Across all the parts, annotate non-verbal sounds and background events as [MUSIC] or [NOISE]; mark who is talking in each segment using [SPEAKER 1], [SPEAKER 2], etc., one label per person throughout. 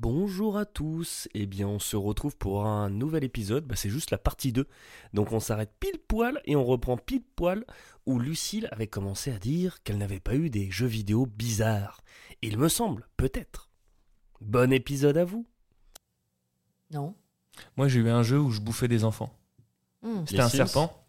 [SPEAKER 1] Bonjour à tous, eh bien on se retrouve pour un nouvel épisode, bah, c'est juste la partie 2. Donc on s'arrête pile poil et on reprend pile poil où Lucille avait commencé à dire qu'elle n'avait pas eu des jeux vidéo bizarres. Il me semble, peut-être. Bon épisode à vous.
[SPEAKER 2] Non.
[SPEAKER 3] Moi, j'ai eu un jeu où je bouffais des enfants.
[SPEAKER 2] [LAUGHS] Hmm.
[SPEAKER 3] C'était un
[SPEAKER 4] Sims
[SPEAKER 3] serpent.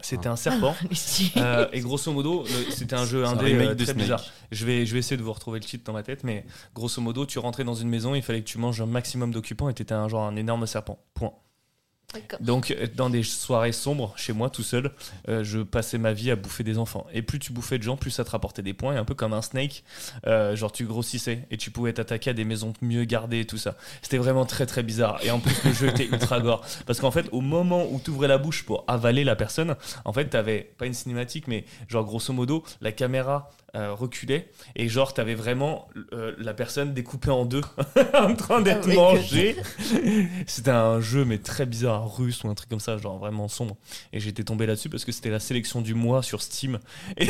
[SPEAKER 3] C'était un serpent.
[SPEAKER 2] Si.
[SPEAKER 3] Euh, et grosso modo, le- c'était un jeu
[SPEAKER 4] C'est un
[SPEAKER 3] indé
[SPEAKER 4] remake
[SPEAKER 3] euh,
[SPEAKER 4] de
[SPEAKER 3] très
[SPEAKER 4] Snake.
[SPEAKER 3] bizarre. Je vais, je vais essayer de vous retrouver le titre dans ma tête, mais grosso modo, tu rentrais dans une maison, il fallait que tu manges un maximum d'occupants et t'étais un genre un énorme serpent. Point.
[SPEAKER 2] D'accord.
[SPEAKER 3] Donc, euh, dans des soirées sombres, chez moi, tout seul, euh, je passais ma vie à bouffer des enfants. Et plus tu bouffais de gens, plus ça te rapportait des points. Et un peu comme un snake, euh, genre tu grossissais et tu pouvais t'attaquer à des maisons mieux gardées et tout ça. C'était vraiment très très bizarre. Et en plus, le jeu était ultra gore. Parce qu'en fait, au moment où tu ouvrais la bouche pour avaler la personne, en fait, t'avais pas une cinématique, mais genre grosso modo, la caméra euh, reculait et genre t'avais vraiment euh, la personne découpée en deux [LAUGHS] en train d'être
[SPEAKER 2] Ah oui, que-
[SPEAKER 3] mangée. [LAUGHS] C'était un jeu, mais très bizarre, russe ou un truc comme ça, genre vraiment sombre. Et j'étais tombé là-dessus parce que c'était la sélection du mois sur Steam. Et-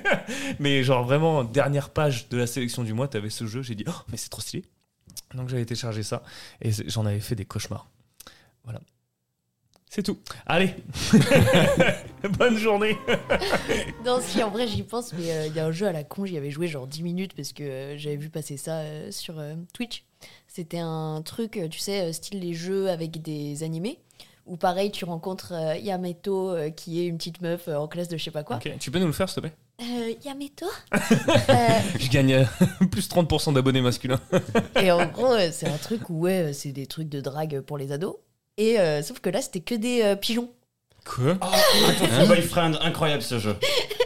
[SPEAKER 3] [LAUGHS] mais genre vraiment, dernière page de la sélection du mois, t'avais ce jeu, j'ai dit, oh, mais c'est trop stylé. Donc j'avais téléchargé ça et c'est- j'en avais fait des cauchemars. Voilà. C'est tout. Allez [LAUGHS] Bonne journée
[SPEAKER 2] [LAUGHS] Non, si, en vrai, j'y pense, mais euh, il y a un jeu à la con, j'y avais joué genre 10 minutes parce que euh, j'avais vu passer ça euh, sur euh, Twitch. C'était un truc, euh, tu sais, euh, style les jeux avec des animés, où pareil, tu rencontres euh, Yameto, euh, qui est une petite meuf euh, en classe de je sais pas quoi.
[SPEAKER 3] Ok, Tu peux nous le faire, s'il te plaît
[SPEAKER 2] Euh, [LAUGHS] Yameto Euh,
[SPEAKER 3] [LAUGHS] Je gagne euh, [LAUGHS] plus 30% d'abonnés masculins.
[SPEAKER 2] Et en gros, euh, c'est un truc où, ouais, euh, c'est des trucs de drague pour les ados. Et euh, sauf que là, c'était que des euh, pigeons.
[SPEAKER 3] Quoi
[SPEAKER 4] Oh, attention, boyfriend, incroyable ce jeu.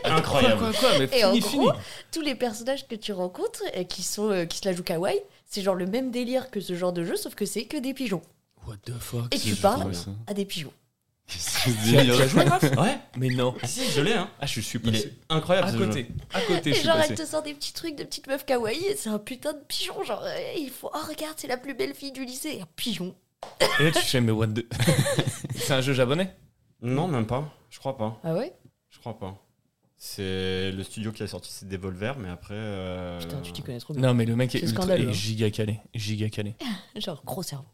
[SPEAKER 4] Incroyable.
[SPEAKER 3] Quoi, quoi, quoi Mais
[SPEAKER 2] Et en
[SPEAKER 3] fini, fini
[SPEAKER 2] gros, tous les personnages que tu rencontres et qui, sont, euh, qui se la jouent kawaii, c'est genre le même délire que ce genre de jeu, sauf que c'est que des pigeons.
[SPEAKER 3] What the fuck
[SPEAKER 2] Et
[SPEAKER 4] Si,
[SPEAKER 2] tu
[SPEAKER 4] je
[SPEAKER 2] parles
[SPEAKER 4] trouve ça.
[SPEAKER 2] à des pigeons.
[SPEAKER 4] Qu'est-ce
[SPEAKER 3] Tu
[SPEAKER 4] que c'est
[SPEAKER 3] as- tu
[SPEAKER 4] délire
[SPEAKER 3] as joué, Raph
[SPEAKER 4] Ouais,
[SPEAKER 3] Mais non
[SPEAKER 4] si, je l'ai, hein.
[SPEAKER 3] Ah, je suis
[SPEAKER 4] Il
[SPEAKER 3] passé. Ah,
[SPEAKER 4] est incroyable
[SPEAKER 3] À
[SPEAKER 4] ce
[SPEAKER 3] côté,
[SPEAKER 4] jeu.
[SPEAKER 3] à
[SPEAKER 2] [LAUGHS]
[SPEAKER 3] côté,
[SPEAKER 2] Et
[SPEAKER 3] je suis
[SPEAKER 2] genre, elle
[SPEAKER 3] passé.
[SPEAKER 2] te sort des petits trucs de petites meufs kawaii et c'est un putain de pigeon. Genre, euh, il faut. Oh, regarde, c'est la plus belle fille du lycée. Et un pigeon.
[SPEAKER 3] Et là, tu fais, mais what the... [LAUGHS] C'est un jeu japonais
[SPEAKER 4] Non, même pas. Je crois pas.
[SPEAKER 2] Ah ouais
[SPEAKER 3] Euh,
[SPEAKER 4] Je crois pas. C'est le studio qui a sorti c'est Devolver, mais après. euh,
[SPEAKER 2] Putain, tu t'y connais trop bien.
[SPEAKER 3] Non, mais le mec est,
[SPEAKER 2] C'est
[SPEAKER 3] ultra-
[SPEAKER 2] scandaleux,
[SPEAKER 3] est
[SPEAKER 2] hein.
[SPEAKER 3] giga calé, giga calé.
[SPEAKER 2] Genre, gros cerveau.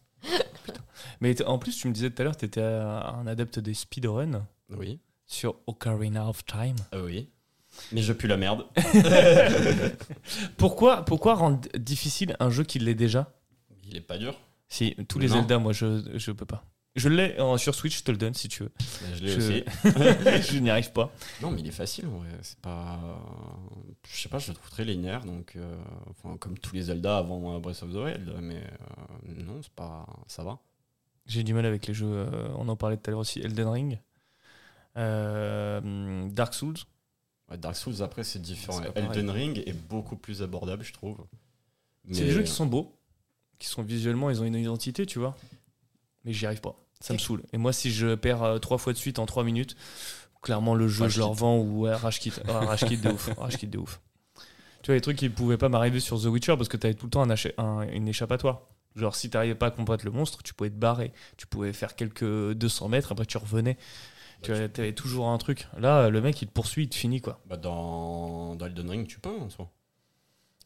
[SPEAKER 3] Mais t- en plus, tu me disais tout à l'heure, t'étais euh, un adepte des speedrun
[SPEAKER 4] Oui.
[SPEAKER 3] sur Ocarina of Time.
[SPEAKER 4] Ah oui. Mais je pue la merde.
[SPEAKER 3] Pourquoi, pourquoi rendre difficile un jeu qui l'est déjà
[SPEAKER 4] Il est pas dur.
[SPEAKER 3] Si, tous les
[SPEAKER 4] Non.
[SPEAKER 3] Zelda, moi, je, je peux pas. Je l'ai en- sur Switch, je te le donne si tu veux.
[SPEAKER 4] Mais je l'ai
[SPEAKER 3] Je-
[SPEAKER 4] aussi.
[SPEAKER 3] [LAUGHS] je n'y arrive pas.
[SPEAKER 4] Non, mais il est facile en vrai. C'est pas. Je sais pas, je le trouve très linéaire. Donc, euh, enfin, comme tous les Zelda avant euh, Breath of the Wild. Mais euh, non, c'est pas. Ça va.
[SPEAKER 3] J'ai du mal avec les jeux, euh, on en parlait tout à l'heure aussi, Elden Ring, euh, Dark Souls.
[SPEAKER 4] Ouais, Dark Souls, après, c'est différent.
[SPEAKER 3] C'est pas pareil.
[SPEAKER 4] Elden Ring est beaucoup plus abordable, je trouve.
[SPEAKER 3] C'est
[SPEAKER 4] Mais-
[SPEAKER 3] des jeux qui sont beaux, qui sont visuellement, ils ont une identité, tu vois. Mais j'y arrive pas. Ça me saoule. Et moi, si je perds euh, trois fois de suite en trois minutes, clairement, le jeu,
[SPEAKER 4] Rage
[SPEAKER 3] je le
[SPEAKER 4] quit.
[SPEAKER 3] revends ou ouais, rage quitte. rage quitte de [LAUGHS] ouf. rage quitte de ouf. Tu vois, les trucs qui pouvaient pas m'arriver sur The Witcher parce que t'avais tout le temps un achè- un- une échappatoire. Genre, si t'arrivais pas à combattre le monstre, tu pouvais te barrer. Tu pouvais faire quelques 200 mètres, après tu revenais.
[SPEAKER 4] euh,
[SPEAKER 3] Tu vois, t'avais toujours un truc. Là, le mec, il te poursuit, il te finit, quoi.
[SPEAKER 4] Bah, dans... dans Elden Ring, tu peux en soi.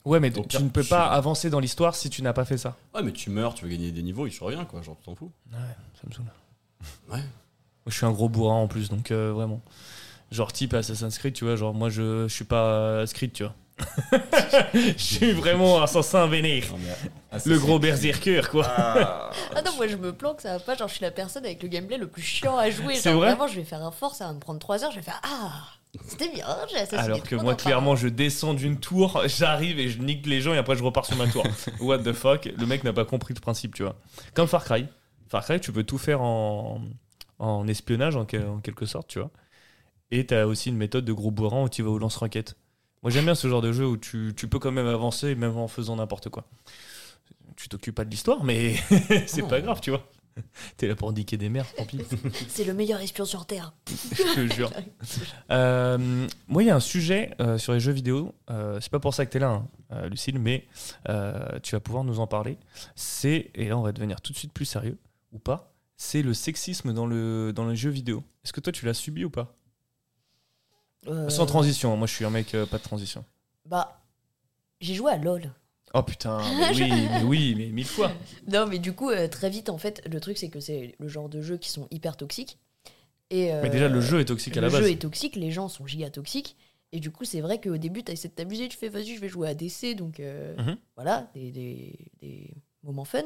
[SPEAKER 3] Ouais, mais
[SPEAKER 4] Au
[SPEAKER 3] tu
[SPEAKER 4] pire,
[SPEAKER 3] ne peux
[SPEAKER 4] tu-
[SPEAKER 3] pas avancer dans l'histoire si tu n'as pas fait ça.
[SPEAKER 4] Ouais, mais tu meurs, tu veux gagner des niveaux, et tu reviens, quoi. Genre, tu
[SPEAKER 5] [LAUGHS]
[SPEAKER 4] t'en fous.
[SPEAKER 3] Ouais, ça me saoule.
[SPEAKER 4] Ouais.
[SPEAKER 3] Moi, je suis un gros bourrin en plus, donc euh, vraiment. Genre type Assassin's Creed, tu vois, genre moi je, je suis pas euh, Creed, tu vois. [LAUGHS] je suis vraiment un assassin vénère.
[SPEAKER 5] ah,
[SPEAKER 3] Le gros berserker, quoi. [LAUGHS]
[SPEAKER 2] Ah non, moi je me planque, ça va pas. Genre, je suis la personne avec le gameplay le plus chiant à jouer.
[SPEAKER 3] C'est
[SPEAKER 2] Genre,
[SPEAKER 3] vrai
[SPEAKER 2] Vraiment, je vais faire un fort, ça va me prendre 3 heures. Je vais faire Ah, c'était bien, j'ai assassiné.
[SPEAKER 3] Alors que
[SPEAKER 2] trois
[SPEAKER 3] moi,
[SPEAKER 2] enfants.
[SPEAKER 3] clairement, je descends d'une tour, [LAUGHS] j'arrive et je nique les gens et après je repars sur ma tour. What the fuck Le mec n'a pas compris le principe, tu vois. Comme Far Cry. Far Cry, tu peux tout faire en, en espionnage, en, quel- en quelque sorte, tu vois. Et t'as aussi une méthode de gros bourrin où tu vas au lance-roquette. Moi, j'aime bien ce genre de jeu où tu, tu peux quand même avancer, même en faisant n'importe quoi. Tu t'occupes pas de l'histoire, mais [LAUGHS] c'est
[SPEAKER 4] Non.
[SPEAKER 3] pas grave, tu vois. [LAUGHS] T'es là pour indiquer des mères, tant pis.
[SPEAKER 2] C'est le meilleur espion sur Terre.
[SPEAKER 3] [LAUGHS] Je te jure. Euh, moi, il y a un sujet euh, sur les jeux vidéo. euh, c'est pas pour ça que t'es là, hein, euh, Lucille, mais euh, tu vas pouvoir nous en parler. C'est, et là, on va devenir tout de suite plus sérieux, ou pas, c'est le sexisme dans, le, dans les jeux vidéo. Est-ce que toi, tu l'as subi ou pas
[SPEAKER 2] Euh,
[SPEAKER 3] euh, Sans transition, hein, moi, je suis un mec, euh, pas de transition.
[SPEAKER 2] Bah, j'ai joué à LoL.
[SPEAKER 3] Oh putain, mais
[SPEAKER 2] [LAUGHS]
[SPEAKER 3] oui, mais oui, mais mille fois.
[SPEAKER 2] Non, mais du coup, euh, très vite, en fait, le truc, c'est que c'est le genre de jeux qui sont hyper toxiques. Et, euh,
[SPEAKER 3] Mais déjà, le jeu est toxique à la
[SPEAKER 2] le
[SPEAKER 3] base.
[SPEAKER 2] jeu est toxique, les gens sont giga toxiques. Et du coup, c'est vrai qu'au début, tu essayé de t'amuser, tu fais vas-y, je vais jouer à DC, donc euh,
[SPEAKER 3] Mhm.
[SPEAKER 2] voilà, des, des- des moments fun.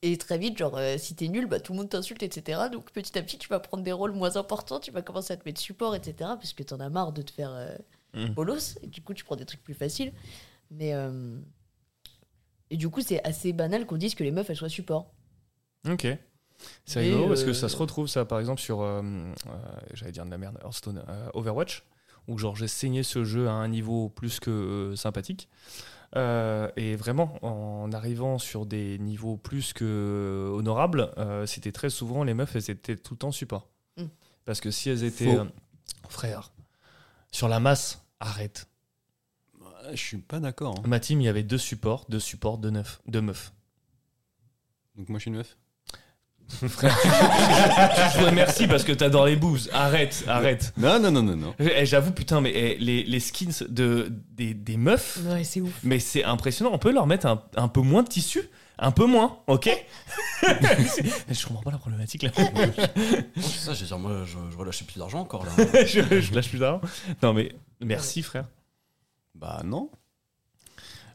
[SPEAKER 2] Et très vite, genre, euh, si t'es nul, bah, tout le monde t'insulte, etc. Donc petit à petit, tu vas prendre des rôles moins importants, tu vas commencer à te mettre support, etc. Parce que t'en as marre de te faire euh,
[SPEAKER 3] Mhm.
[SPEAKER 2] bolos, et du coup, tu prends des trucs plus faciles. Mais. euh, et du coup, c'est assez banal qu'on dise que les meufs, elles soient support.
[SPEAKER 3] Ok. C'est
[SPEAKER 2] Mais,
[SPEAKER 3] rigolo parce que
[SPEAKER 2] euh,
[SPEAKER 3] ça se retrouve, ça, par exemple, sur. euh, euh, J'allais dire de la merde, Hearthstone, euh, Overwatch, où genre j'ai saigné ce jeu à un niveau plus que euh, sympathique. Euh, et vraiment, en arrivant sur des niveaux plus que honorables, euh, c'était très souvent les meufs, elles étaient tout le temps support.
[SPEAKER 2] Mm.
[SPEAKER 3] Parce que si elles étaient.
[SPEAKER 1] Faux.
[SPEAKER 3] euh, frère, sur la masse, arrête.
[SPEAKER 5] Je suis pas d'accord. hein.
[SPEAKER 3] Ma team, il y avait deux supports, deux supports, deux, neuf, deux meufs.
[SPEAKER 5] Donc moi je suis une meuf.
[SPEAKER 3] Je vous remercie parce que t'adores les bouses. Arrête, arrête.
[SPEAKER 5] Non, non, non, non, non.
[SPEAKER 3] Eh, J'avoue, putain, mais eh, les, les skins de, des, des meufs,
[SPEAKER 2] Ouais, c'est ouf.
[SPEAKER 3] mais c'est impressionnant. On peut leur mettre un, un peu moins de tissu Un peu moins, ok [LAUGHS] Je comprends pas la problématique là.
[SPEAKER 4] [LAUGHS] Oh, c'est ça, j'ai dit, moi, je, je relâchais plus d'argent
[SPEAKER 5] [LAUGHS]
[SPEAKER 4] encore là.
[SPEAKER 3] je, je lâche plus d'argent. Non, mais merci frère.
[SPEAKER 5] Bah non.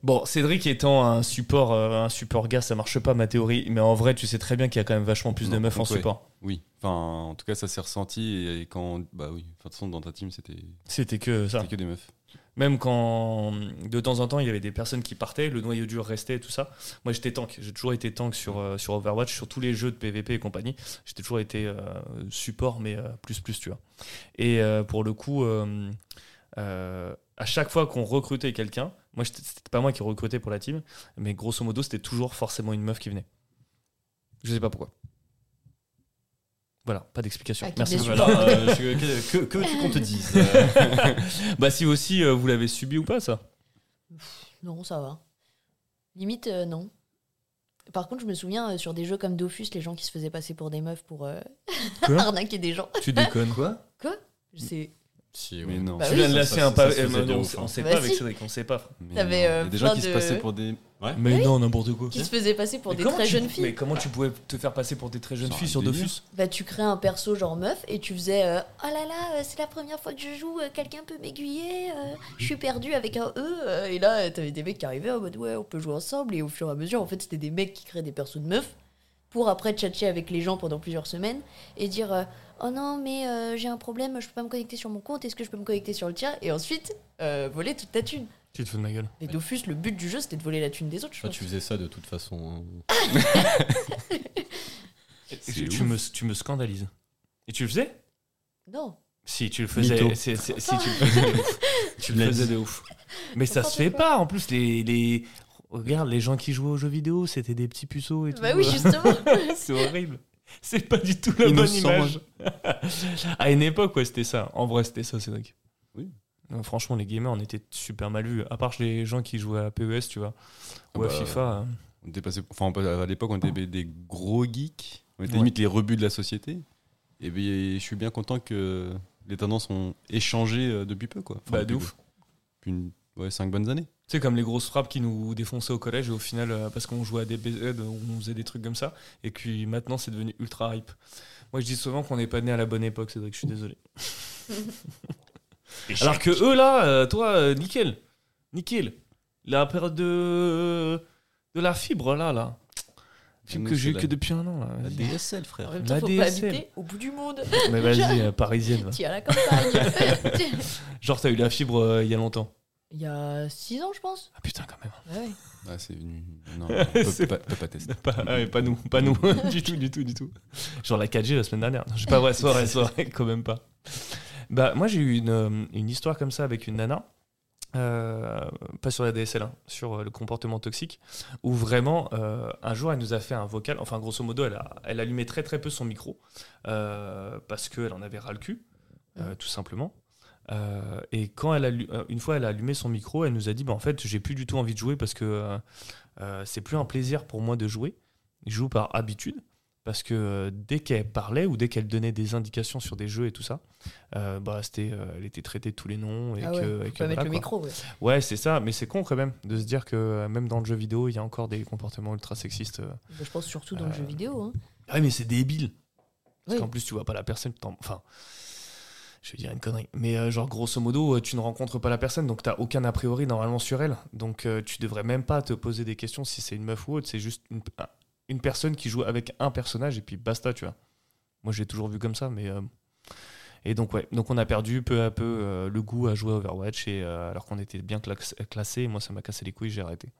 [SPEAKER 3] Bon, Cédric étant un support, euh, un support gars, ça marche pas ma théorie, mais en vrai, tu sais très bien qu'il y a quand même vachement plus de
[SPEAKER 5] Non,
[SPEAKER 3] meufs en
[SPEAKER 5] donc, ouais.
[SPEAKER 3] support.
[SPEAKER 5] Oui. Enfin, en tout cas, ça s'est ressenti. Et, quand. Bah oui. Enfin, de toute façon, dans ta team, c'était
[SPEAKER 3] C'était que ça.
[SPEAKER 5] c'était que des meufs.
[SPEAKER 3] Même quand de temps en temps il y avait des personnes qui partaient, le noyau dur restait et tout ça. Moi j'étais tank, j'ai toujours été tank sur, euh, sur Overwatch, sur tous les jeux de PvP et compagnie. J'ai toujours été euh, support, mais euh, plus plus, tu vois. Et euh, pour le coup, euh, euh, à chaque fois qu'on recrutait quelqu'un, moi j'étais- c'était pas moi qui recrutais pour la team, mais grosso modo c'était toujours forcément une meuf qui venait. Je sais pas pourquoi. Voilà, pas d'explication.
[SPEAKER 2] Ah, qui
[SPEAKER 3] Merci.
[SPEAKER 2] venait
[SPEAKER 4] Alors, euh, je- que, que, que tu qu'on
[SPEAKER 5] [LAUGHS]
[SPEAKER 4] te dise euh,
[SPEAKER 3] Bah si vous aussi euh, vous l'avez subi ou pas ça
[SPEAKER 2] Non, ça va. Limite, euh, non. Par contre, je me souviens euh, sur des jeux comme Dofus, les gens qui se faisaient passer pour des meufs pour euh, [LAUGHS]
[SPEAKER 3] Quoi
[SPEAKER 2] arnaquer des gens.
[SPEAKER 3] Tu déconnes. Quoi
[SPEAKER 2] C'est.
[SPEAKER 4] Si,
[SPEAKER 5] Mais
[SPEAKER 4] ouais.
[SPEAKER 5] non.
[SPEAKER 2] Bah
[SPEAKER 3] Tu
[SPEAKER 2] oui.
[SPEAKER 3] viens de
[SPEAKER 4] Ça,
[SPEAKER 3] lasser
[SPEAKER 4] ça,
[SPEAKER 3] un
[SPEAKER 4] ça,
[SPEAKER 3] pavé.
[SPEAKER 4] ça,
[SPEAKER 3] Eh,
[SPEAKER 4] c'est
[SPEAKER 3] mais
[SPEAKER 4] de
[SPEAKER 3] non,
[SPEAKER 4] ouf,
[SPEAKER 3] on
[SPEAKER 4] hein.
[SPEAKER 3] sait
[SPEAKER 2] Bah
[SPEAKER 3] pas avec
[SPEAKER 2] si.
[SPEAKER 3] Cédric, on sait pas.
[SPEAKER 5] Mais
[SPEAKER 2] T'avais,
[SPEAKER 5] non.
[SPEAKER 2] euh,
[SPEAKER 5] Il y a des gens
[SPEAKER 2] plein
[SPEAKER 5] qui se
[SPEAKER 2] de-
[SPEAKER 5] passaient pour des.
[SPEAKER 3] Mais non, n'importe quoi.
[SPEAKER 2] Qui se faisaient passer pour
[SPEAKER 3] Mais
[SPEAKER 2] des
[SPEAKER 3] comment
[SPEAKER 2] très
[SPEAKER 3] tu-
[SPEAKER 2] jeunes
[SPEAKER 3] Mais
[SPEAKER 2] filles.
[SPEAKER 3] comment tu pouvais te faire passer pour des très jeunes
[SPEAKER 5] C'est
[SPEAKER 3] filles
[SPEAKER 5] un
[SPEAKER 3] sur
[SPEAKER 5] délire.
[SPEAKER 3] Dofus
[SPEAKER 2] Bah, tu crées un perso genre meuf et tu faisais euh, Oh là là, euh, c'est la première fois que je joue, euh, quelqu'un peut m'aiguiller, euh, je suis perdue avec un E. euh, et là, euh, t'avais des mecs qui arrivaient en mode Ouais, on peut jouer ensemble. Et au fur et à mesure, en fait, c'était des mecs qui créaient des persos de meufs pour après tchatcher avec les gens pendant plusieurs semaines et dire euh, Oh non, mais euh, j'ai un problème, je peux pas me connecter sur mon compte, est-ce que je peux me connecter sur le tien Et ensuite, euh, voler toute ta thune.
[SPEAKER 3] Tu te fous de ma gueule.
[SPEAKER 2] Mais Dofus, le but du jeu, c'était de voler la thune des autres, je
[SPEAKER 3] Ah,
[SPEAKER 4] Toi,
[SPEAKER 2] pense.
[SPEAKER 4] tu faisais ça de toute façon. hein.
[SPEAKER 5] C'est
[SPEAKER 3] Tu
[SPEAKER 5] ouf.
[SPEAKER 3] me, tu me scandalises. Et tu le faisais
[SPEAKER 2] Non.
[SPEAKER 3] Si, tu le
[SPEAKER 5] Mytho.
[SPEAKER 3] faisais. c'est- c'est- Si, tu le [LAUGHS] faisais de ouf. Tu le
[SPEAKER 5] Let's.
[SPEAKER 3] faisais de ouf. Mais ça se fait pas. En plus, les. les- Regarde, les gens qui jouaient aux jeux vidéo, c'était des petits puceaux et tout.
[SPEAKER 2] Bah oui, justement.
[SPEAKER 3] [LAUGHS]
[SPEAKER 2] [LAUGHS]
[SPEAKER 3] C'est horrible. C'est pas du tout la bonne
[SPEAKER 5] Innocent.
[SPEAKER 3] image. [LAUGHS] à une époque, ouais, c'était ça. En vrai, c'était ça, Cédric.
[SPEAKER 5] Oui.
[SPEAKER 3] Non, franchement, les gamers, on était super mal vus. À part chez les gens qui jouaient à PES, tu vois, ou à
[SPEAKER 5] Bah,
[SPEAKER 3] FIFA. hein.
[SPEAKER 5] On était passé. Enfin, on passait- à l'époque, on était des- des gros geeks. On était
[SPEAKER 3] Ouais.
[SPEAKER 5] limite les rebuts de la société. Et bien, je suis bien content que les tendances ont échangé euh, depuis peu, quoi. Enfin,
[SPEAKER 3] Bah, de
[SPEAKER 5] depuis
[SPEAKER 3] ouf.
[SPEAKER 5] peu. Depuis une- ouais, cinq bonnes années.
[SPEAKER 3] Tu sais, comme les grosses frappes qui nous défonçaient au collège, et au final, euh, parce qu'on jouait à des BZ, on faisait des trucs comme ça, et puis maintenant, c'est devenu ultra hype. Moi, je dis souvent qu'on n'est pas né à la bonne époque, Cédric, je suis [LAUGHS] désolé. Alors que eux, là, euh, toi, euh, nickel. Nickel. La période de, de la fibre, là, là. Fibre
[SPEAKER 5] Nous,
[SPEAKER 3] que j'ai eu
[SPEAKER 5] c'est
[SPEAKER 3] que
[SPEAKER 5] la-
[SPEAKER 3] depuis un an, là.
[SPEAKER 5] La
[SPEAKER 3] Vas-y.
[SPEAKER 5] DSL, frère.
[SPEAKER 2] En même temps,
[SPEAKER 3] La
[SPEAKER 2] faut pas
[SPEAKER 3] DSL.
[SPEAKER 2] habiter au bout du monde.
[SPEAKER 3] [LAUGHS] Mais vas-y, euh, parisienne. va.
[SPEAKER 2] Tu es à la campagne.
[SPEAKER 3] Genre, t'as eu la fibre euh, il y a longtemps.
[SPEAKER 2] [LAUGHS] Il y a 6 ans, je pense.
[SPEAKER 3] Ah putain, quand même.
[SPEAKER 2] Ouais,
[SPEAKER 5] Ah, c'est venu.
[SPEAKER 3] [LAUGHS]
[SPEAKER 5] Non, on peut
[SPEAKER 3] C'est-
[SPEAKER 5] pas, peut pas tester.
[SPEAKER 3] Pas, ah ouais, pas nous, pas [LAUGHS] nous, du tout, du tout, du tout. Genre la 4G la semaine dernière. Non, j'ai pas vrai, c'est vrai, c'est vrai, quand même pas. Bah, moi j'ai eu une, euh, une histoire comme ça avec une nana, euh, pas sur la DSL, hein, sur euh, le comportement toxique, où vraiment, euh, un jour elle nous a fait un vocal, enfin grosso modo, elle, a, elle allumait très très peu son micro, euh, parce qu'elle en avait ras le cul, euh, tout simplement. Euh, et quand elle a, une fois elle a allumé son micro, elle nous a dit bah, en fait j'ai plus du tout envie de jouer parce que euh, euh, c'est plus un plaisir pour moi de jouer. Je joue par habitude parce que euh, dès qu'elle parlait ou dès qu'elle donnait des indications sur des jeux et tout ça, euh, bah, c'était, euh, elle était traitée de tous les noms. Et
[SPEAKER 2] Ah
[SPEAKER 3] que,
[SPEAKER 2] ouais,
[SPEAKER 3] et
[SPEAKER 2] faut
[SPEAKER 3] que
[SPEAKER 2] pas mettre
[SPEAKER 3] voilà,
[SPEAKER 2] le
[SPEAKER 3] quoi.
[SPEAKER 2] micro. ouais.
[SPEAKER 3] Ouais, c'est ça, mais c'est con quand même de se dire que euh, même dans le jeu vidéo, il y a encore des comportements ultra sexistes. euh.
[SPEAKER 2] Bah, Je pense surtout dans le
[SPEAKER 3] Euh,
[SPEAKER 2] jeu vidéo. hein.
[SPEAKER 3] Ah Ouais, mais c'est débile. Parce
[SPEAKER 2] Oui.
[SPEAKER 3] qu'en plus, tu vois pas la personne. t'en- Enfin, je vais dire une connerie. Mais euh, genre, grosso modo, euh, tu ne rencontres pas la personne, donc t'as aucun a priori normalement sur elle. Donc euh, tu devrais même pas te poser des questions si c'est une meuf ou autre. C'est juste une, un- une personne qui joue avec un personnage et puis basta, tu vois. Moi, j'ai toujours vu comme ça, mais. euh, Et donc, ouais, donc on a perdu peu à peu euh, le goût à jouer à Overwatch, et, euh, alors qu'on était bien clax- classé, et moi ça m'a cassé les couilles, j'ai arrêté.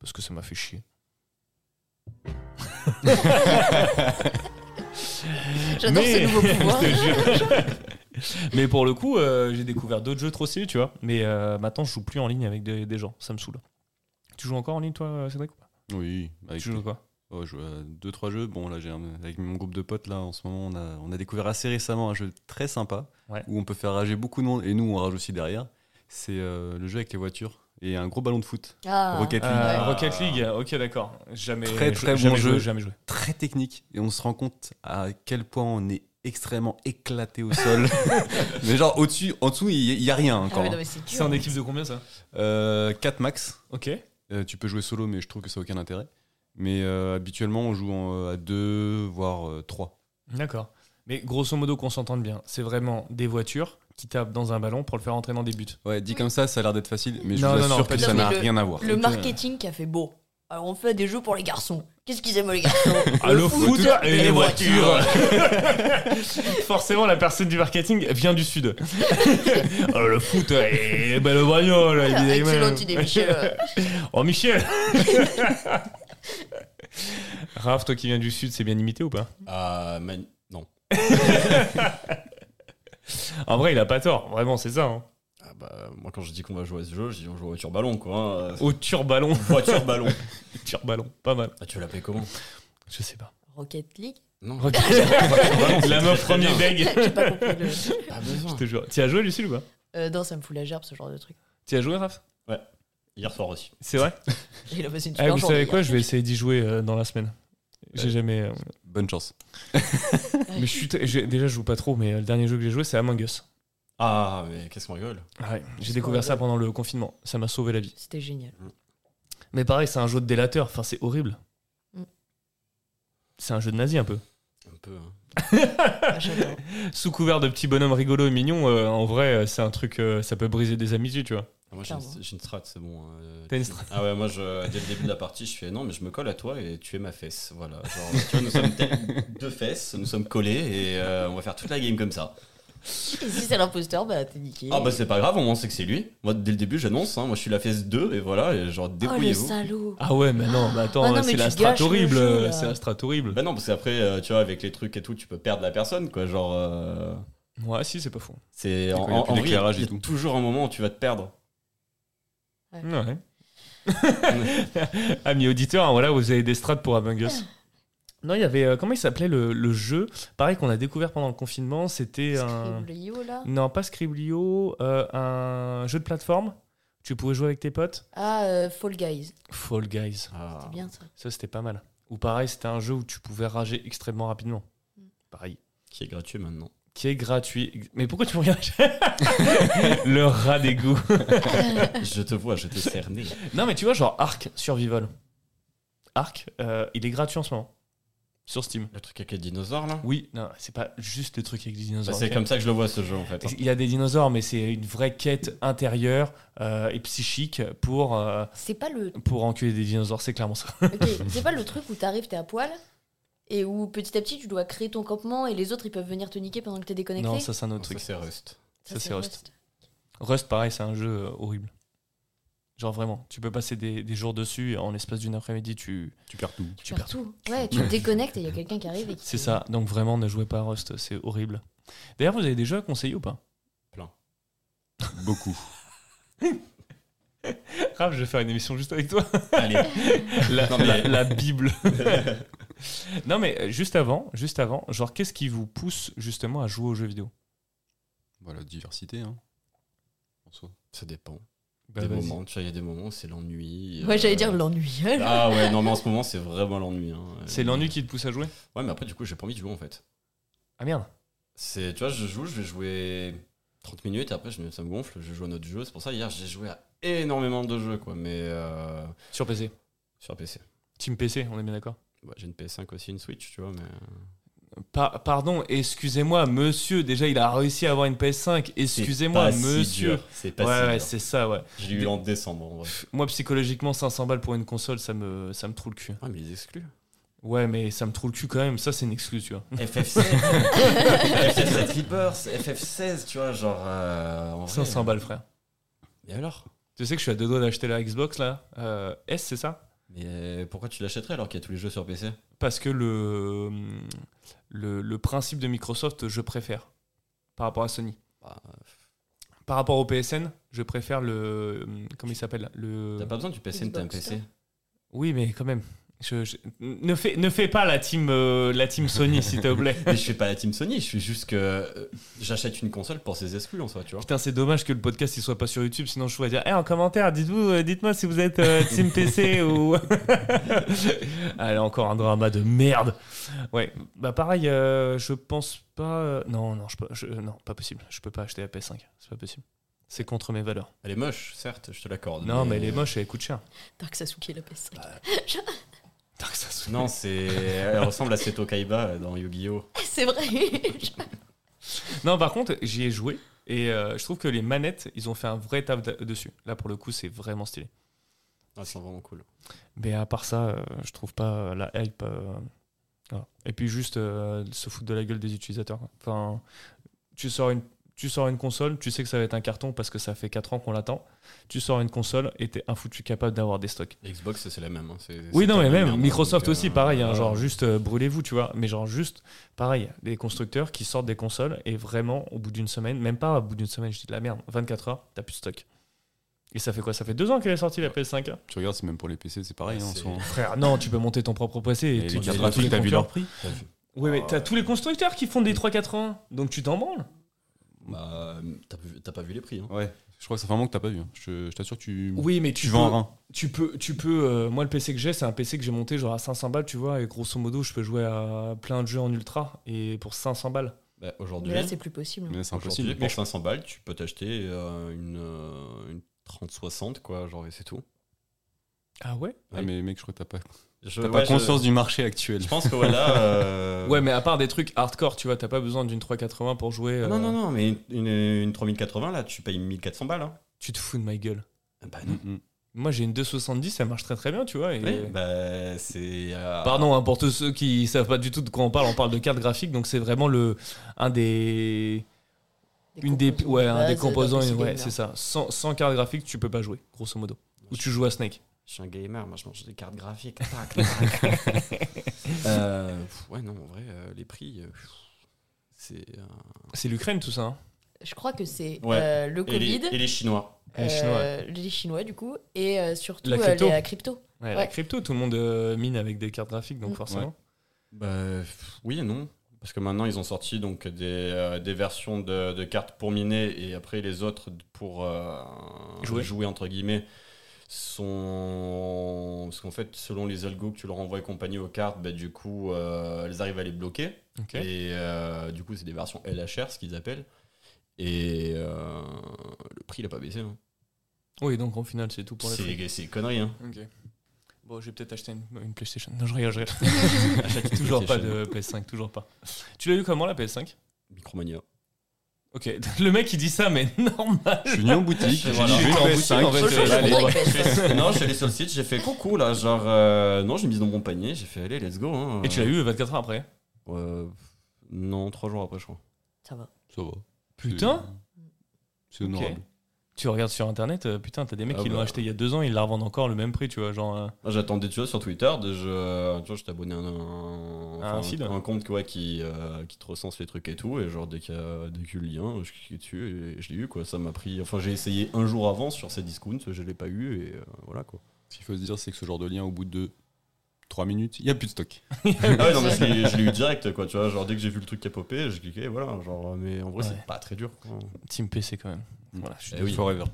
[SPEAKER 3] Parce que ça m'a fait chier.
[SPEAKER 2] J'adore
[SPEAKER 3] Mais- [LAUGHS]
[SPEAKER 2] ce nouveau pouvoir.
[SPEAKER 3] Je te jure. mais pour le coup, euh, j'ai découvert d'autres jeux trop stylés, tu vois. Mais euh, maintenant, je joue plus en ligne avec des, des gens. Ça me saoule. Tu joues encore en ligne, toi, Cédric ou pas
[SPEAKER 5] Oui, avec
[SPEAKER 3] Tu joues quoi
[SPEAKER 5] Oh, je joue à deux trois jeux. Bon là, j'ai un- avec mon groupe de potes là, en ce moment, on a, on a découvert assez récemment un jeu très sympa
[SPEAKER 3] Ouais.
[SPEAKER 5] où on peut faire rager beaucoup de monde et nous on rage aussi derrière. C'est euh, le jeu avec les voitures et un gros ballon de foot.
[SPEAKER 2] Ah.
[SPEAKER 5] Rocket League.
[SPEAKER 3] Euh,
[SPEAKER 5] Ah.
[SPEAKER 3] Rocket League, ok, d'accord. Jamais,
[SPEAKER 5] Très,
[SPEAKER 3] je-
[SPEAKER 5] très
[SPEAKER 3] jamais
[SPEAKER 5] bon
[SPEAKER 3] joué,
[SPEAKER 5] jeu.
[SPEAKER 3] Jamais joué.
[SPEAKER 5] Très technique et on se rend compte à quel point on est extrêmement éclaté au sol. [LAUGHS] Mais genre au-dessus, en dessous, il n'y a rien
[SPEAKER 2] Ah
[SPEAKER 5] encore. hein.
[SPEAKER 2] ouais, non, mais c'est
[SPEAKER 3] hein. C'est
[SPEAKER 2] dur.
[SPEAKER 3] en équipe de combien ça
[SPEAKER 5] Euh, 4 max.
[SPEAKER 3] Ok.
[SPEAKER 5] Euh, tu peux jouer solo, mais je trouve que ça n'a aucun intérêt. Mais euh, habituellement, on joue en, euh, à 2, voire euh, 3.
[SPEAKER 3] D'accord. Mais grosso modo, qu'on s'entende bien, c'est vraiment des voitures qui tapent dans un ballon pour le faire entrer dans des [LAUGHS] buts.
[SPEAKER 5] Ouais, dit comme ça, ça a l'air d'être facile, mais je
[SPEAKER 3] Non,
[SPEAKER 5] vous
[SPEAKER 3] non, non,
[SPEAKER 5] assure
[SPEAKER 3] pas
[SPEAKER 5] que
[SPEAKER 3] du
[SPEAKER 5] ça
[SPEAKER 2] tout.
[SPEAKER 5] n'a
[SPEAKER 2] Mais le-
[SPEAKER 5] rien à voir.
[SPEAKER 2] Le marketing qui a fait beau. Alors on fait des jeux pour les garçons. Qu'est-ce qu'ils
[SPEAKER 3] [LAUGHS]
[SPEAKER 2] aiment les garçons
[SPEAKER 3] Ah, le foot et les voitures. Forcément, la personne du marketing vient du sud. [LAUGHS] Ah, le foot eh, et les belles bagnoles,
[SPEAKER 2] Ah,
[SPEAKER 3] évidemment.
[SPEAKER 2] Excellente idée,
[SPEAKER 3] [LAUGHS]
[SPEAKER 2] Michel.
[SPEAKER 3] Oh, Michel [LAUGHS] Raph, toi qui viens du sud, c'est bien imité ou pas
[SPEAKER 4] Ah, man- non.
[SPEAKER 3] En vrai, il a pas tort. Vraiment, c'est ça. hein.
[SPEAKER 4] Ah bah, moi, quand je dis qu'on va jouer à ce jeu, je dis on joue voiture ballon, quoi. hein. [LAUGHS]
[SPEAKER 3] Au turballon. [LAUGHS]
[SPEAKER 4] voiture ballon.
[SPEAKER 3] turballon, pas mal.
[SPEAKER 4] Ah, tu l'appelles comment
[SPEAKER 3] Je sais pas.
[SPEAKER 2] Rocket League [LAUGHS]
[SPEAKER 4] [LAUGHS]
[SPEAKER 3] [LAUGHS]
[SPEAKER 4] Non, [LAUGHS]
[SPEAKER 3] la meuf premier deg.
[SPEAKER 2] J'ai pas compris le.
[SPEAKER 4] pas besoin.
[SPEAKER 3] Je te jure. T'y as joué, Lucille, ou pas
[SPEAKER 2] Euh, non, ça me fout la gerbe ce genre de truc.
[SPEAKER 3] T'y as joué, Raph
[SPEAKER 4] Hier soir aussi.
[SPEAKER 3] C'est vrai
[SPEAKER 2] Il a passé une
[SPEAKER 3] Ah,
[SPEAKER 2] super
[SPEAKER 3] Vous savez
[SPEAKER 2] journée
[SPEAKER 3] quoi Je vais essayer d'y jouer euh, dans la semaine. J'ai
[SPEAKER 5] Ouais.
[SPEAKER 3] jamais. euh,
[SPEAKER 5] Bonne chance.
[SPEAKER 3] Mais je suis t- j'ai- déjà je joue pas trop, mais euh, le dernier jeu que j'ai joué c'est Among Us.
[SPEAKER 4] Ah, mais qu'est-ce qu'on rigole
[SPEAKER 3] J'ai découvert ça pendant le confinement, ça m'a sauvé la vie.
[SPEAKER 2] C'était génial.
[SPEAKER 3] Mais pareil, c'est un jeu de délateur, enfin c'est horrible.
[SPEAKER 2] Mm.
[SPEAKER 3] C'est un jeu de nazi un peu.
[SPEAKER 4] Un peu. hein.
[SPEAKER 2] Ah, j'adore.
[SPEAKER 3] Sous couvert de petits bonhommes rigolos et mignons, euh, en vrai euh, c'est un truc, euh, ça peut briser des amitiés, tu vois.
[SPEAKER 4] Ah, moi, j'ai une,
[SPEAKER 2] Clairement.
[SPEAKER 4] j'ai une strat, c'est bon. euh,
[SPEAKER 3] T'as une strat.
[SPEAKER 4] Ah ouais, moi, je, dès le début de la partie, je fais non, mais je me colle à toi et tu es ma fesse. Voilà. Genre, tu vois, nous sommes t- [LAUGHS] deux fesses, nous sommes collés et euh, on va faire toute la game comme ça.
[SPEAKER 2] Et si c'est l'imposteur, bah t'es niqué.
[SPEAKER 4] Ah bah, c'est pas grave, au moins, on sait que c'est lui. Moi, dès le début, j'annonce, hein, moi, je suis la fesse 2 et voilà, et genre,
[SPEAKER 2] oh le
[SPEAKER 4] débrouillez-vous.
[SPEAKER 2] salaud.
[SPEAKER 3] Ah ouais, mais non, mais attends,
[SPEAKER 2] Ah non,
[SPEAKER 3] euh,
[SPEAKER 2] mais
[SPEAKER 3] c'est
[SPEAKER 2] tu
[SPEAKER 3] la strat
[SPEAKER 2] gâches le
[SPEAKER 3] horrible,
[SPEAKER 2] jeu,
[SPEAKER 3] euh,
[SPEAKER 2] là.
[SPEAKER 3] c'est la strat horrible.
[SPEAKER 4] bah non, parce qu'après, euh, tu vois, avec les trucs et tout, tu peux perdre la personne, quoi. Genre, euh,
[SPEAKER 3] Ouais, si, c'est pas fou.
[SPEAKER 4] c'est en,
[SPEAKER 5] quand il y a
[SPEAKER 4] en,
[SPEAKER 5] plus
[SPEAKER 4] en vrai, il y
[SPEAKER 5] d'éclairage et
[SPEAKER 4] a
[SPEAKER 5] tout.
[SPEAKER 4] toujours un moment où tu vas te perdre.
[SPEAKER 3] Ouais. [LAUGHS] Amis auditeurs, hein, voilà, vous avez des strats pour Among Us. Non, il y avait. euh, comment il s'appelait le, le jeu Pareil qu'on a découvert pendant le confinement, c'était un.
[SPEAKER 2] Scriblio là.
[SPEAKER 3] Non, pas Scriblio, euh, un jeu de plateforme. Tu pouvais jouer avec tes potes.
[SPEAKER 2] Ah euh, Fall Guys.
[SPEAKER 3] Fall Guys.
[SPEAKER 4] Ah.
[SPEAKER 2] C'est bien ça.
[SPEAKER 3] Ça, c'était pas mal. Ou pareil, c'était un jeu où tu pouvais rager extrêmement rapidement.
[SPEAKER 2] Mm.
[SPEAKER 3] Pareil.
[SPEAKER 4] Qui est gratuit maintenant.
[SPEAKER 3] Qui est gratuit. Mais pourquoi tu me regardes [LAUGHS] Le rat des goûts.
[SPEAKER 4] je te vois, je t'ai cerné.
[SPEAKER 3] Non, mais tu vois, genre Arc Survival. Arc, euh, il est gratuit en ce moment. Sur Steam.
[SPEAKER 4] Le truc avec les dinosaures, là
[SPEAKER 3] Oui, non, c'est pas juste le truc avec les
[SPEAKER 4] Bah,
[SPEAKER 3] dinosaures.
[SPEAKER 4] C'est comme ça que je le vois, ce jeu, en fait. hein.
[SPEAKER 3] Il y a des dinosaures, mais c'est une vraie quête intérieure euh, et psychique pour, euh,
[SPEAKER 2] C'est pas le.
[SPEAKER 3] pour enculer des dinosaures, c'est clairement ça. [LAUGHS]
[SPEAKER 2] ok, c'est pas le truc où t'arrives t'es à poil et où petit à petit tu dois créer ton campement et les autres ils peuvent venir te niquer pendant que t'es déconnecté.
[SPEAKER 3] Non, ça c'est un autre
[SPEAKER 4] hein. Ça,
[SPEAKER 3] truc.
[SPEAKER 4] c'est Rust.
[SPEAKER 3] ça, c'est Rust. Rust, pareil, c'est un jeu euh, horrible. Genre vraiment, tu peux passer des, des jours dessus et en l'espace d'une après-midi, tu,
[SPEAKER 5] Tu perds tout. [LAUGHS]
[SPEAKER 2] Tu perds tout. Ouais,
[SPEAKER 3] [LAUGHS]
[SPEAKER 2] tu te déconnectes et il y a quelqu'un qui arrive. et qui-
[SPEAKER 3] C'est ça, donc vraiment ne jouez pas à Rust, c'est horrible. D'ailleurs, vous avez des jeux à conseiller ou pas
[SPEAKER 5] Beaucoup.
[SPEAKER 3] Raph, je vais faire une émission juste avec toi.
[SPEAKER 4] Allez.
[SPEAKER 3] [LAUGHS] La,
[SPEAKER 4] Non, mais-
[SPEAKER 3] la- la [LAUGHS] Bible. non mais euh, juste avant, juste avant, genre qu'est-ce qui vous pousse justement à jouer aux jeux vidéo
[SPEAKER 5] Voilà, diversité. Hein. En soi.
[SPEAKER 4] Ça dépend.
[SPEAKER 3] Bah,
[SPEAKER 4] des moments, tu vois, il y a des moments où c'est l'ennui.
[SPEAKER 2] Ouais, j'allais
[SPEAKER 4] euh,
[SPEAKER 2] dire l'ennui.
[SPEAKER 4] Ah ouais, non, mais en ce moment, c'est vraiment l'ennui. hein.
[SPEAKER 3] C'est l'ennui qui te pousse à jouer
[SPEAKER 4] Ouais, mais après, du coup, j'ai pas envie de jouer en fait.
[SPEAKER 3] Ah merde.
[SPEAKER 4] C'est, tu vois, je joue, je vais jouer 30 minutes, et après, je, ça me gonfle, je joue à un autre jeu. C'est pour ça, hier, j'ai joué à énormément de jeux, quoi, mais euh,
[SPEAKER 3] Sur PC.
[SPEAKER 4] sur PC.
[SPEAKER 3] Team PC, on est bien d'accord.
[SPEAKER 4] Ouais, j'ai une PS5 aussi, une Switch, tu vois, mais. euh,
[SPEAKER 3] Pa- pardon, excusez-moi, monsieur. Déjà, il a réussi à avoir une PS5.
[SPEAKER 4] c'est
[SPEAKER 3] Excusez-moi,
[SPEAKER 4] pas si
[SPEAKER 3] monsieur.
[SPEAKER 4] dur, c'est
[SPEAKER 3] ouais,
[SPEAKER 4] pas
[SPEAKER 3] ouais,
[SPEAKER 4] si
[SPEAKER 3] c'est ça, ouais.
[SPEAKER 4] dur. J'ai eu en décembre, [LAUGHS] en vrai.
[SPEAKER 3] Pff, Moi, psychologiquement, 500 balles pour une console, ça me, ça me trouve le cul.
[SPEAKER 4] Ouais, Ah, mais ils excluent.
[SPEAKER 3] Ouais, mais ça me trouve le cul quand même. Ça, c'est une excuse, tu vois.
[SPEAKER 4] FF7 [LAUGHS] FF7 Clippers, FF16, tu vois, genre. euh, en vrai. euh,
[SPEAKER 3] 500 balles, frère.
[SPEAKER 4] Et alors
[SPEAKER 3] Tu sais que je suis à deux doigts d'acheter la Xbox, là. Euh, S, c'est ça
[SPEAKER 4] Mais euh, pourquoi tu l'achèterais alors qu'il y a tous les jeux sur PC
[SPEAKER 3] parce que le, le, le principe de Microsoft, je préfère par rapport à Sony.
[SPEAKER 4] Bah,
[SPEAKER 3] Par rapport au PSN, je préfère le. hum, Comment il s'appelle le...
[SPEAKER 4] T'as pas besoin du PSN, t'as un
[SPEAKER 2] Xbox
[SPEAKER 4] PC.
[SPEAKER 3] Oui, mais quand même. Je- je- Ne, fais, ne fais pas la team, euh, la team Sony, s'il te [LAUGHS] plaît.
[SPEAKER 4] Mais je suis pas la team Sony, je suis juste que euh, j'achète une console pour ses exclus en soi, tu vois.
[SPEAKER 3] Putain, c'est dommage que le podcast il soit pas sur YouTube, sinon je pourrais dire Eh, en commentaire, dites-vous, euh, dites-moi si vous êtes euh, Team PC ou. Allez, encore un drama de merde. Ouais, bah pareil, euh, je pense pas. euh, Non, non, je peux, je- non, pas possible. Je peux pas acheter la PS5, c'est pas possible. C'est contre mes valeurs.
[SPEAKER 4] Elle est moche, certes, je te l'accorde.
[SPEAKER 3] Non, mais elle est moche et elle coûte cher. [LAUGHS]
[SPEAKER 2] Dark Sasuke la PS5.
[SPEAKER 3] Dark Souls.
[SPEAKER 4] Non, c'est. Elle ressemble à Seto Kaiba dans Yu-Gi-Oh!
[SPEAKER 2] C'est
[SPEAKER 3] [LAUGHS]
[SPEAKER 2] vrai.
[SPEAKER 3] Non, par contre, j'y ai joué et euh, je trouve que les manettes, ils ont fait un vrai taf de- dessus. Là, pour le coup, c'est vraiment stylé.
[SPEAKER 4] Ah, c'est vraiment cool.
[SPEAKER 3] Mais à part ça, euh, je trouve pas euh, la hype. euh, voilà. Et puis juste euh, se foutre de la gueule des utilisateurs. Enfin, tu sors une. Tu sors une console, tu sais que ça va être un carton parce que ça fait 4 ans qu'on l'attend. Tu sors une console et t'es un foutu capable d'avoir des stocks.
[SPEAKER 4] Xbox, c'est la même. hein, c'est-
[SPEAKER 3] Oui,
[SPEAKER 4] c'est
[SPEAKER 3] non, mais
[SPEAKER 4] la
[SPEAKER 3] même
[SPEAKER 4] merde,
[SPEAKER 3] Microsoft
[SPEAKER 4] donc, euh,
[SPEAKER 3] aussi, pareil. hein,
[SPEAKER 4] voilà.
[SPEAKER 3] genre, juste euh, brûlez-vous, tu vois. Mais genre, juste, pareil, les constructeurs qui sortent des consoles et vraiment, au bout d'une semaine, même pas au bout d'une semaine, je dis de la merde, 24 heures, t'as plus de stock. Et ça fait quoi Ça fait 2 ans qu'elle est sortie la PS5 hein
[SPEAKER 5] Tu regardes, c'est même pour les PC, c'est pareil.
[SPEAKER 3] Bah,
[SPEAKER 4] Ouais,
[SPEAKER 5] hein, en
[SPEAKER 4] c'est-
[SPEAKER 5] soi.
[SPEAKER 3] Frère, non, tu peux monter ton propre PC et,
[SPEAKER 5] Et
[SPEAKER 3] tu tu-
[SPEAKER 5] les cartes
[SPEAKER 3] tous
[SPEAKER 5] graphiques,
[SPEAKER 3] les
[SPEAKER 5] t'as vu
[SPEAKER 3] concurrents.
[SPEAKER 5] leur prix
[SPEAKER 4] T'as vu
[SPEAKER 3] Oui, mais t'as tous les constructeurs qui font des 3-4 ans, donc tu t'en branles.
[SPEAKER 4] Bah, t'as pas vu- t'as pas vu les prix. hein.
[SPEAKER 5] Ouais, je crois que ça fait un moment que t'as pas vu. hein. Je, je t'assure, tu,
[SPEAKER 3] Oui, mais
[SPEAKER 5] tu vends un
[SPEAKER 3] peux,
[SPEAKER 5] rein.
[SPEAKER 3] tu peux, tu peux euh, moi le PC que j'ai, c'est un PC que j'ai monté genre à 500 balles, tu vois, et grosso modo, je peux jouer à plein de jeux en ultra et pour 500 balles.
[SPEAKER 4] Bah, aujourd'hui,
[SPEAKER 2] Mais là, c'est plus possible. hein.
[SPEAKER 5] Mais c'est
[SPEAKER 4] aujourd'hui,
[SPEAKER 5] impossible.
[SPEAKER 4] pour 500 balles, tu peux t'acheter euh, une, euh, une 30-60, quoi, genre, et c'est tout.
[SPEAKER 3] Ah ouais
[SPEAKER 5] Ah, mais mec, je crois que t'as pas,
[SPEAKER 4] Je-
[SPEAKER 5] t'as
[SPEAKER 4] ouais,
[SPEAKER 5] pas
[SPEAKER 4] je-
[SPEAKER 5] conscience du marché actuel.
[SPEAKER 4] Je pense que voilà.
[SPEAKER 3] [LAUGHS]
[SPEAKER 4] euh,
[SPEAKER 3] Ouais, mais à part des trucs hardcore, tu vois, t'as pas besoin d'une 380 pour jouer. euh,
[SPEAKER 5] Ah
[SPEAKER 4] Ah, Non, non, non, mais une, une 3080, là, tu payes 1400 balles. Hein.
[SPEAKER 3] Tu te fous de ma gueule.
[SPEAKER 4] Ah Bah non.
[SPEAKER 5] Mm, mm.
[SPEAKER 3] Moi, j'ai une 270, ça marche très très bien, tu vois. et-
[SPEAKER 4] Ouais, Bah, c'est. euh,
[SPEAKER 3] Pardon, hein, pour tous ceux qui savent pas du tout de quoi on parle, on parle de carte graphique, donc c'est vraiment le un des une des ouais
[SPEAKER 2] Bah,
[SPEAKER 3] un
[SPEAKER 2] euh,
[SPEAKER 3] des composants, une- ouais, c'est ça. Sans, sans carte graphique, tu peux pas jouer, grosso modo. Ou tu joues à Snake.
[SPEAKER 4] Je suis un gamer, moi je mange des cartes graphiques. Tac, tac. Euh, pff, ouais, non, en vrai, euh, les prix, euh, pff, c'est. euh,
[SPEAKER 3] C'est l'Ukraine tout ça. hein.
[SPEAKER 2] Je crois que c'est
[SPEAKER 4] Ouais.
[SPEAKER 2] euh, le
[SPEAKER 4] Et,
[SPEAKER 2] Covid,
[SPEAKER 4] les, et les Chinois.
[SPEAKER 3] les Chinois,
[SPEAKER 2] euh, les Chinois, du coup, et euh, surtout
[SPEAKER 3] La
[SPEAKER 2] euh,
[SPEAKER 3] crypto.
[SPEAKER 2] la crypto.
[SPEAKER 3] Ouais, La
[SPEAKER 2] Ouais.
[SPEAKER 3] crypto, tout le monde euh, mine avec des cartes graphiques, donc
[SPEAKER 2] Mm.
[SPEAKER 3] forcément.
[SPEAKER 4] Bah, pff, oui et non. Parce que maintenant, ils ont sorti donc des, euh, des versions de, de cartes pour miner et après les autres pour euh,
[SPEAKER 3] Jouer.
[SPEAKER 4] entre guillemets. Sont... Parce qu'en fait, selon les algos que tu leur envoies et compagnie aux cartes, bah, du coup, euh, elles arrivent à les bloquer.
[SPEAKER 3] Ok.
[SPEAKER 4] Et euh, du coup, c'est des versions LHR, ce qu'ils appellent. Et euh, le prix, il a pas baissé. hein.
[SPEAKER 3] Oui, donc au final, c'est tout pour les prix.
[SPEAKER 4] C'est c'est connerie.
[SPEAKER 3] [LAUGHS]
[SPEAKER 4] Hein.
[SPEAKER 3] Ok. Bon, j'ai peut-être acheté une, une PlayStation. Non, je rigole, je rigole.
[SPEAKER 4] Achète une
[SPEAKER 3] toujours pas
[SPEAKER 4] PlayStation.
[SPEAKER 3] de PS5, toujours pas. Tu l'as eu comment la PS5
[SPEAKER 4] Micromania.
[SPEAKER 3] Ok, le mec il dit ça, mais [LAUGHS] normal.
[SPEAKER 5] Je suis venu en boutique, j'ai
[SPEAKER 4] Voilà.
[SPEAKER 5] dit, je vais
[SPEAKER 3] En
[SPEAKER 5] une
[SPEAKER 3] boutique, en
[SPEAKER 5] PS5.
[SPEAKER 3] fait,
[SPEAKER 5] je vais
[SPEAKER 3] euh,
[SPEAKER 5] aller.
[SPEAKER 3] bon, bah,
[SPEAKER 4] non, je suis allé sur le site, j'ai fait coucou là. Genre, euh, non, j'ai mis dans mon panier, j'ai fait allez, let's go. hein.
[SPEAKER 3] Et tu l'as eu 24 heures après
[SPEAKER 4] Euh, Non, trois jours après, je crois.
[SPEAKER 2] Ça va.
[SPEAKER 5] Ça va.
[SPEAKER 3] Putain
[SPEAKER 5] C'est c'est honorable.
[SPEAKER 3] Tu regardes sur internet, euh, putain, t'as des mecs
[SPEAKER 4] Ah
[SPEAKER 3] qui l'ont
[SPEAKER 4] bah.
[SPEAKER 3] acheté il y a deux ans, ils la revendent encore le même prix, tu vois. Genre, euh,
[SPEAKER 4] Moi, J'attendais, tu vois, sur Twitter, de je, tu vois, je t'abonnais à un,
[SPEAKER 3] À un feed.
[SPEAKER 4] un compte ouais, qui, euh, qui te recense les trucs et tout, et genre dès qu'il y a dès qu'il y a le lien, je cliquais dessus et je l'ai eu quoi. Ça m'a pris, enfin j'ai essayé un jour avant sur ces discounts, je l'ai pas eu et euh, voilà quoi.
[SPEAKER 5] Ce qu'il faut se dire, c'est que ce genre de lien, au bout de 3 minutes, il n'y a plus de stock.
[SPEAKER 4] Ah ouais, non, mais [LAUGHS] je l'ai- je l'ai eu direct, quoi, tu vois. Genre, dès que j'ai vu le truc qui a popé, j'ai cliqué, voilà. Genre, mais en vrai,
[SPEAKER 3] Ouais.
[SPEAKER 4] c'est pas très dur. quoi.
[SPEAKER 3] Team PC quand même.
[SPEAKER 5] Mm.
[SPEAKER 3] Voilà, je suis
[SPEAKER 4] Eh oui.
[SPEAKER 5] Forever.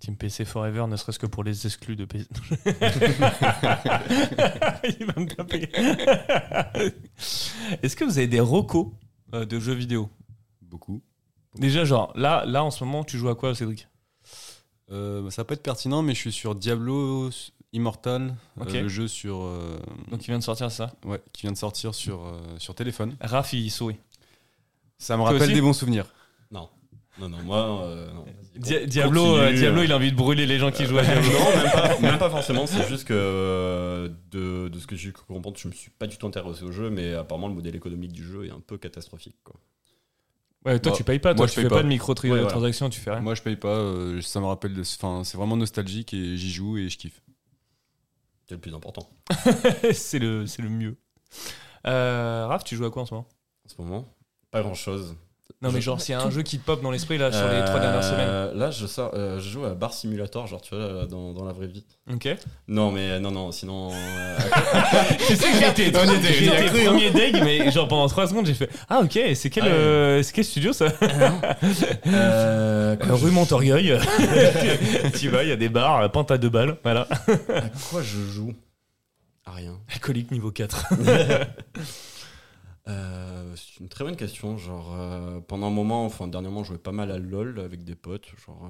[SPEAKER 3] Team PC Forever, ne serait-ce que pour les exclus de PC. [LAUGHS] Il va me [LAUGHS] taper. Est-ce que vous avez des recos euh, de jeux vidéo
[SPEAKER 5] Beaucoup.
[SPEAKER 3] Déjà, genre, là, là, en ce moment, tu joues à quoi, Cédric
[SPEAKER 5] Euh, ça peut être pertinent, mais je suis sur Diablo Immortal, euh,
[SPEAKER 3] Ok.
[SPEAKER 5] le jeu sur, euh,
[SPEAKER 3] Donc, il vient de sortir ça.
[SPEAKER 5] ouais, qui vient de sortir sur, euh, sur téléphone.
[SPEAKER 3] Raph, il sourit.
[SPEAKER 5] Ça me
[SPEAKER 3] Toi
[SPEAKER 5] rappelle
[SPEAKER 3] aussi
[SPEAKER 5] des bons souvenirs.
[SPEAKER 4] Non, non, moi, euh, non.
[SPEAKER 3] Dia- Diablo,
[SPEAKER 4] Continue.
[SPEAKER 3] euh, Diablo, il a envie de brûler les gens qui jouent à Diablo.
[SPEAKER 4] Non, même pas, même pas forcément, c'est juste que euh, de, de ce que j'ai pu comprendre, je me suis pas du tout intéressé au jeu, mais apparemment le modèle économique du jeu est un peu catastrophique. Quoi.
[SPEAKER 3] [LAUGHS] Ouais, toi,
[SPEAKER 5] Moi-
[SPEAKER 3] tu payes pas, toi,
[SPEAKER 5] moi, je
[SPEAKER 3] tu
[SPEAKER 5] paye
[SPEAKER 3] fais pas,
[SPEAKER 5] pas.
[SPEAKER 3] de microtransactions, tu fais rien.
[SPEAKER 5] Moi, je paye pas. euh, ça me rappelle. de- Enfin, c'est vraiment nostalgique et j'y joue et je kiffe.
[SPEAKER 4] C'est le plus important.
[SPEAKER 3] [LAUGHS] c'est le, c'est le mieux. Euh, Raph, tu joues à quoi en ce moment
[SPEAKER 4] En ce moment, pas grand chose.
[SPEAKER 3] Non, mais
[SPEAKER 4] Je-
[SPEAKER 3] genre, s'il y a un jeu qui te pop dans l'esprit, là, sur les trois dernières semaines.
[SPEAKER 4] Là, je, sors, euh, je joue à Bar Simulator, genre tu vois, là, dans, dans la vraie vie.
[SPEAKER 3] Ok.
[SPEAKER 4] Non, mais euh, non, non, sinon. euh,
[SPEAKER 3] Tu sais que j'étais
[SPEAKER 5] On était-
[SPEAKER 3] j'étais
[SPEAKER 5] il a cru, hein.
[SPEAKER 3] premier deg, mais genre pendant 3 secondes, j'ai fait Ah, ok, c'est quel,
[SPEAKER 4] Ouais.
[SPEAKER 3] euh, c'est quel studio
[SPEAKER 5] [LAUGHS]
[SPEAKER 3] ça
[SPEAKER 4] [LAUGHS] euh, quoi, je-
[SPEAKER 3] Montorgueil. [LAUGHS] tu vas, il y a des bars, euh, pente à deux balles, voilà.
[SPEAKER 4] à quoi je joue À rien.
[SPEAKER 3] Alcoolique niveau 4.
[SPEAKER 4] Euh, c'est une très bonne question. Genre, euh, pendant un moment, enfin, dernièrement, je jouais pas mal à LoL avec des potes. Genre,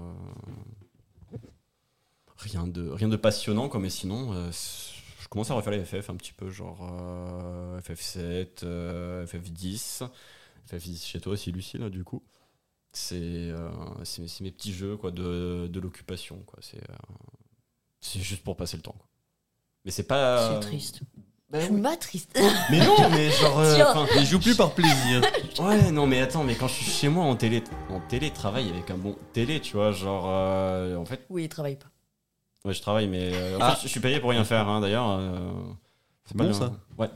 [SPEAKER 4] euh, rien, de, rien de passionnant, quoi. Mais sinon, euh, c'est- je commence à refaire les FF un petit peu. Genre, euh, FF7, euh, FF10. FF10 chez toi aussi, Lucille, du coup. C'est euh, c'est- c'est mes petits jeux quoi, de, de l'occupation. quoi. C'est euh, c'est juste pour passer le temps. quoi. Mais c'est pas.
[SPEAKER 3] euh,
[SPEAKER 2] C'est triste.
[SPEAKER 4] Ben
[SPEAKER 3] Ah
[SPEAKER 2] Tu
[SPEAKER 4] oui.
[SPEAKER 2] m'attristes.
[SPEAKER 4] Mais non, mais genre. euh,
[SPEAKER 2] Tiens.
[SPEAKER 4] enfin,
[SPEAKER 5] Je joue plus par plaisir.
[SPEAKER 4] Ouais, non, mais attends, mais quand je suis chez moi en, télé, en télétravail avec un bon télé, tu vois, genre. euh, en fait,
[SPEAKER 2] [LAUGHS] Oui, il travaille pas.
[SPEAKER 4] ouais, je travaille, mais. euh, en
[SPEAKER 5] Ah.
[SPEAKER 4] fait, je suis payé pour rien faire, hein, d'ailleurs. euh,
[SPEAKER 5] C'est bon,
[SPEAKER 4] le-
[SPEAKER 5] ça.
[SPEAKER 4] hein. Ouais,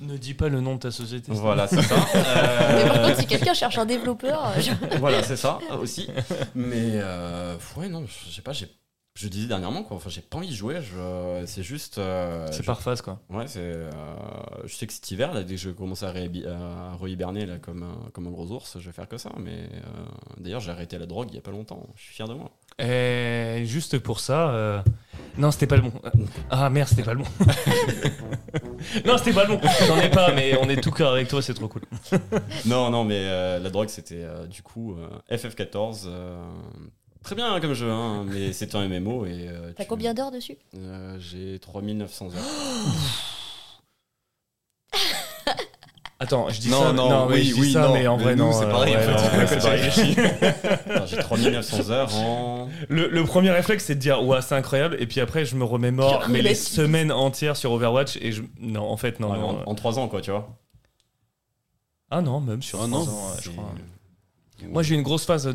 [SPEAKER 3] ne dis pas le nom de ta société.
[SPEAKER 4] voilà, c'est ça.
[SPEAKER 2] Mais
[SPEAKER 4] Euh,
[SPEAKER 2] par contre, si quelqu'un cherche un développeur, euh, je-
[SPEAKER 4] voilà, c'est ça euh, aussi. Mais euh, ouais, non, je sais pas, j'ai. Je disais dernièrement, quoi. Enfin, j'ai pas envie de jouer. Je... C'est juste. euh,
[SPEAKER 3] C'est
[SPEAKER 4] je-
[SPEAKER 3] par phase quoi.
[SPEAKER 4] Ouais, c'est. euh, Je sais que cet hiver, là, dès que je commence à, réhabi- à rehiberner là, comme, un, comme un gros ours, je vais faire que ça. Mais euh, d'ailleurs, j'ai arrêté la drogue il y a pas longtemps. Je suis fier de moi.
[SPEAKER 3] Et Eh, juste pour ça. euh, Non, c'était pas le bon. Ah merde, c'était pas le bon. [LAUGHS] non, c'était pas le bon. J'en ai pas, mais on est tout cœur avec toi, c'est trop cool.
[SPEAKER 4] Non, non, mais euh, la drogue, c'était euh, du coup euh, FF14. euh, très bien hein, comme jeu, hein,
[SPEAKER 3] [LAUGHS]
[SPEAKER 4] mais c'est un MMO. et euh,
[SPEAKER 2] t'as
[SPEAKER 4] tu-
[SPEAKER 2] combien d'heures dessus
[SPEAKER 4] Euh, J'ai 3900 heures.
[SPEAKER 3] Attends, je dis
[SPEAKER 5] Non,
[SPEAKER 3] ça.
[SPEAKER 5] non,
[SPEAKER 3] mais
[SPEAKER 5] oui,
[SPEAKER 3] je dis
[SPEAKER 5] oui,
[SPEAKER 3] ça,
[SPEAKER 5] non.
[SPEAKER 3] mais en
[SPEAKER 5] Mais
[SPEAKER 3] vrai,
[SPEAKER 5] nous,
[SPEAKER 3] non.
[SPEAKER 5] c'est
[SPEAKER 3] euh,
[SPEAKER 5] pareil, en
[SPEAKER 3] ouais,
[SPEAKER 5] fait,
[SPEAKER 3] non,
[SPEAKER 5] on
[SPEAKER 3] ouais,
[SPEAKER 5] fait
[SPEAKER 3] c'est
[SPEAKER 5] pareil.
[SPEAKER 3] pareil. [LAUGHS]
[SPEAKER 4] Non, J'ai 3900 heures en.
[SPEAKER 3] Le, le premier réflexe, c'est de dire ouais, c'est incroyable, et puis après, je me remémore
[SPEAKER 2] Je
[SPEAKER 3] mais les
[SPEAKER 2] relativise.
[SPEAKER 3] semaines entières sur Overwatch, et je. Non, en fait, non.
[SPEAKER 4] en-
[SPEAKER 3] non,
[SPEAKER 4] en, 3 ans, quoi, tu vois.
[SPEAKER 3] Ah non, même sur
[SPEAKER 5] Ah
[SPEAKER 3] un
[SPEAKER 5] non,
[SPEAKER 3] an, ouais, je
[SPEAKER 4] C'est-
[SPEAKER 3] crois. Moi, j'ai eu une grosse phase euh,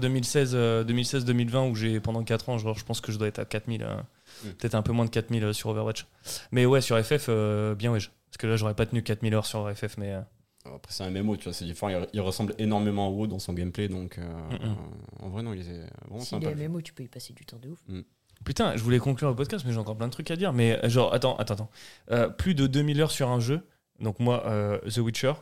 [SPEAKER 3] 2016-2020 où j'ai pendant 4 ans, genre, je pense que je dois être à 4000, euh,
[SPEAKER 4] Mm.
[SPEAKER 3] peut-être un peu moins de 4000 euh, sur Overwatch. Mais ouais, sur FF, euh, bien ouais. je- Parce que là, j'aurais pas tenu 4000 heures sur FF, mais. euh,
[SPEAKER 4] Après, c'est un MMO, tu vois, c'est différent. Il, il ressemble énormément à WoW dans son gameplay, donc. euh,
[SPEAKER 3] Mm-mm.
[SPEAKER 4] En vrai, non, il est vraiment
[SPEAKER 2] Si il
[SPEAKER 4] sympa.
[SPEAKER 2] est MMO, tu peux y passer du temps de ouf.
[SPEAKER 3] Putain, je voulais conclure le podcast, mais j'ai encore plein de trucs à dire. Mais euh, genre, attends, attends, attends. Euh, plus de 2000 heures sur un jeu. Donc moi, euh, The Witcher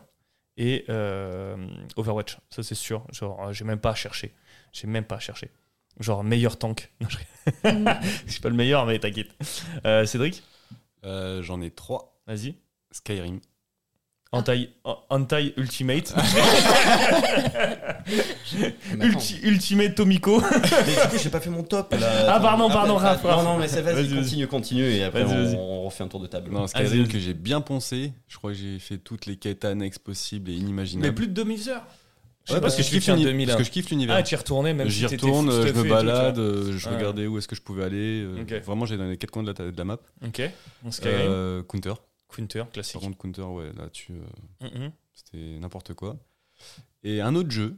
[SPEAKER 3] et euh, Overwatch. Ça, c'est sûr. Genre, euh, j'ai même pas à chercher. J'ai même pas à chercher. Genre, meilleur tank. [LAUGHS] Non, je... je suis pas le meilleur, mais t'inquiète. Euh, Cédric,
[SPEAKER 5] Euh, J'en ai 3.
[SPEAKER 3] vas-y.
[SPEAKER 5] Skyrim.
[SPEAKER 3] Anti, anti Ultimate.
[SPEAKER 5] Ah,
[SPEAKER 4] Mais
[SPEAKER 3] [LAUGHS]
[SPEAKER 4] attends,
[SPEAKER 3] Ulti- ultimate Tomiko.
[SPEAKER 4] mais du coup, j'ai pas fait mon top. là.
[SPEAKER 3] Ah,
[SPEAKER 4] Attends,
[SPEAKER 3] pardon, pardon,
[SPEAKER 4] après,
[SPEAKER 3] Raph, Raph.
[SPEAKER 4] Non, non, mais c'est vas-y,
[SPEAKER 3] Vas-y, vas-y.
[SPEAKER 4] continue, continue, et après,
[SPEAKER 3] Vas-y, vas-y.
[SPEAKER 4] on, on refait un tour de table.
[SPEAKER 5] Non,
[SPEAKER 3] Vas-y,
[SPEAKER 5] Skyrim
[SPEAKER 3] vas-y.
[SPEAKER 5] que j'ai bien poncé. Je crois que j'ai fait toutes les quêtes annexes possibles et inimaginables.
[SPEAKER 3] Mais plus de 2000 heures. Je sais
[SPEAKER 5] Ouais,
[SPEAKER 3] pas
[SPEAKER 5] parce
[SPEAKER 3] si je
[SPEAKER 5] que je
[SPEAKER 3] kiffe
[SPEAKER 5] kiffe
[SPEAKER 3] un
[SPEAKER 5] l'uni-
[SPEAKER 3] 2000
[SPEAKER 5] parce
[SPEAKER 3] heures.
[SPEAKER 5] que je kiffe l'univers.
[SPEAKER 3] Ah, tu y retournais même si
[SPEAKER 5] J'y
[SPEAKER 3] t'étais
[SPEAKER 5] retourne,
[SPEAKER 3] full
[SPEAKER 5] je
[SPEAKER 3] stuffé et
[SPEAKER 5] me
[SPEAKER 3] tout, tu vois.
[SPEAKER 5] balade, euh, je
[SPEAKER 3] Ouais.
[SPEAKER 5] regardais où est-ce que je pouvais aller. euh,
[SPEAKER 3] Ok.
[SPEAKER 5] Vraiment, j'ai dans les quatre coins de la, ta- de la map.
[SPEAKER 3] Ok. Skyrim.
[SPEAKER 5] Euh, Counter.
[SPEAKER 3] Counter, classique.
[SPEAKER 5] Par contre, Counter, ouais, là, tu, euh,
[SPEAKER 3] Mhm.
[SPEAKER 5] c'était n'importe quoi. Et un autre jeu,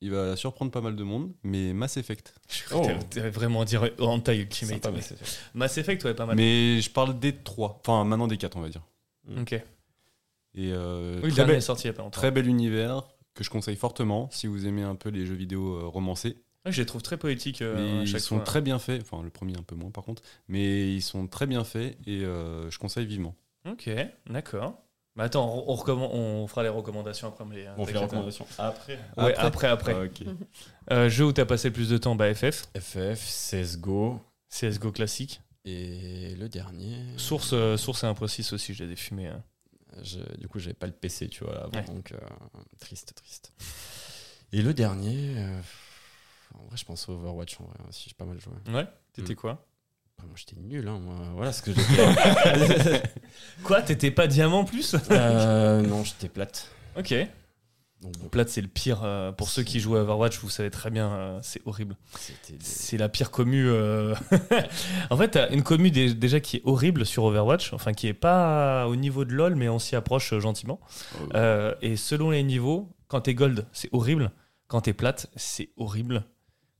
[SPEAKER 5] il va surprendre pas mal de monde, mais Mass Effect.
[SPEAKER 4] Oh.
[SPEAKER 3] T'allais- t'allais vraiment dire Anti Ultimate.
[SPEAKER 4] Sympa, mais
[SPEAKER 3] mais-
[SPEAKER 4] c'est-
[SPEAKER 3] Mass Effect, ouais, pas mal.
[SPEAKER 5] Mais je parle des trois. Enfin, maintenant des quatre, on va dire.
[SPEAKER 3] Ok.
[SPEAKER 5] Et euh,
[SPEAKER 3] Oui, le
[SPEAKER 5] très,
[SPEAKER 3] dernier est
[SPEAKER 5] bel,
[SPEAKER 3] sorti il y a pas longtemps.
[SPEAKER 5] très bel univers que je conseille fortement si vous aimez un peu les jeux vidéo euh, romancés.
[SPEAKER 3] Ouais, je les trouve très poétiques euh,
[SPEAKER 5] Mais
[SPEAKER 3] à
[SPEAKER 5] ils
[SPEAKER 3] chaque
[SPEAKER 5] sont
[SPEAKER 3] fois.
[SPEAKER 5] très bien faits. Enfin, le premier un peu moins par contre. Mais ils sont très bien faits et euh, je conseille vivement.
[SPEAKER 3] Ok, d'accord. Mais attends, on, on recommen- on fera les recommandations après. Mais, euh,
[SPEAKER 4] On fait les
[SPEAKER 3] t'inquiète,
[SPEAKER 4] recommandations après.
[SPEAKER 3] hein. Ouais, après, après.
[SPEAKER 4] Ah, ok. [LAUGHS]
[SPEAKER 3] Euh, jeu où t'as passé le plus de temps Bah, FF,
[SPEAKER 4] FF, CSGO
[SPEAKER 3] CSGO classique.
[SPEAKER 4] et le dernier.
[SPEAKER 3] Source, euh, source et imprécise aussi, je l'ai défumé. hein.
[SPEAKER 4] je- du coup, j'avais pas le PC, tu vois, avant,
[SPEAKER 3] Ouais.
[SPEAKER 4] donc euh, triste, triste. Et le dernier, euh, en vrai, je pense au Overwatch, en vrai, aussi, j'ai pas mal joué.
[SPEAKER 3] Ouais T'étais
[SPEAKER 4] Mm.
[SPEAKER 3] quoi
[SPEAKER 4] Après, moi, j'étais nul, hein, moi. Voilà ce que [LAUGHS] j'étais.
[SPEAKER 3] Quoi T'étais pas diamant en plus [LAUGHS]
[SPEAKER 4] Euh, non, j'étais plate.
[SPEAKER 3] Ok.
[SPEAKER 4] Donc, bon,
[SPEAKER 3] Plate, c'est le pire. euh, pour ceux qui jouent à Overwatch, vous savez très bien, euh, c'est horrible.
[SPEAKER 4] c'était des-
[SPEAKER 3] C'est la pire commu. euh. [LAUGHS] en fait, t'as une commu dé- déjà qui est horrible sur Overwatch, enfin qui est pas au niveau de LoL, mais on s'y approche euh, gentiment. Euh, et selon les niveaux, quand t'es gold, c'est horrible. Quand t'es plate, c'est horrible.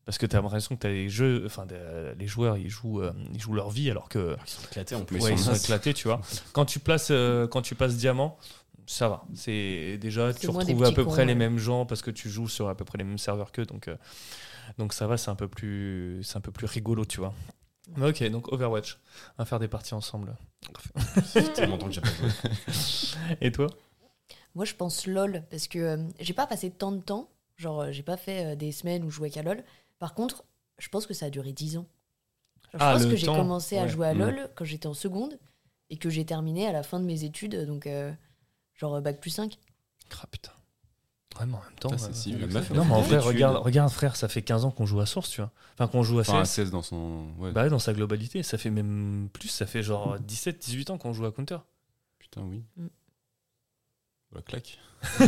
[SPEAKER 3] Parce que t'as l'impression que t'as les jeux, enfin t'as- les joueurs, ils jouent, euh, ils jouent leur vie, alors que
[SPEAKER 4] Ils sont éclatés en plus. hein.
[SPEAKER 5] Mais
[SPEAKER 3] ouais,
[SPEAKER 5] ils
[SPEAKER 3] ils
[SPEAKER 5] sont
[SPEAKER 4] [LAUGHS]
[SPEAKER 3] sont
[SPEAKER 5] nasses.
[SPEAKER 3] éclatés, tu vois. Quand tu places, euh, quand tu passes diamant, ça va. C'est déjà
[SPEAKER 2] C'est
[SPEAKER 3] tu
[SPEAKER 2] moins des
[SPEAKER 3] retrouves à
[SPEAKER 2] petits
[SPEAKER 3] peu
[SPEAKER 2] cons,
[SPEAKER 3] près les
[SPEAKER 2] ouais.
[SPEAKER 3] mêmes gens parce que tu joues sur à peu près les mêmes serveurs qu'eux, donc euh, donc ça va. C'est un peu plus, c'est un peu plus rigolo, tu vois. Mais ok, donc Overwatch, on va faire des parties ensemble.
[SPEAKER 4] C'est tellement longtemps que j'ai pas joué.
[SPEAKER 3] Et toi
[SPEAKER 2] Moi, je pense LOL, parce que euh, j'ai pas passé tant de temps. Genre, euh, j'ai pas fait euh, des semaines où je jouais qu'à LOL. Par contre, je pense que ça a duré 10 ans. Genre,
[SPEAKER 3] Ah,
[SPEAKER 2] je pense
[SPEAKER 3] le
[SPEAKER 2] que j'ai
[SPEAKER 3] temps,
[SPEAKER 2] commencé à
[SPEAKER 3] ouais. Mm.
[SPEAKER 2] jouer à
[SPEAKER 5] Mhm.
[SPEAKER 2] LOL quand j'étais en seconde et que j'ai terminé à la fin de mes études, donc euh, genre euh, bac plus [LAUGHS] 5.
[SPEAKER 3] Ah putain. Vraiment, en même temps.
[SPEAKER 5] Putain,
[SPEAKER 3] euh,
[SPEAKER 5] c'est si
[SPEAKER 3] on
[SPEAKER 5] vieux
[SPEAKER 3] a
[SPEAKER 5] que
[SPEAKER 3] fait-
[SPEAKER 5] ça.
[SPEAKER 3] non, mais en vrai,
[SPEAKER 5] Études.
[SPEAKER 3] regarde, regarde, frère, ça fait 15 ans qu'on joue à Source, tu vois. Enfin, qu'on joue à
[SPEAKER 5] Enfin, un
[SPEAKER 3] CS.
[SPEAKER 5] 16 dans son. Ouais,
[SPEAKER 3] Bah, dans sa globalité, ça fait même plus, ça fait genre 17-18 ans qu'on joue à Counter.
[SPEAKER 5] putain, oui.
[SPEAKER 2] Mm.
[SPEAKER 5] Bah, claque.
[SPEAKER 3] [LAUGHS]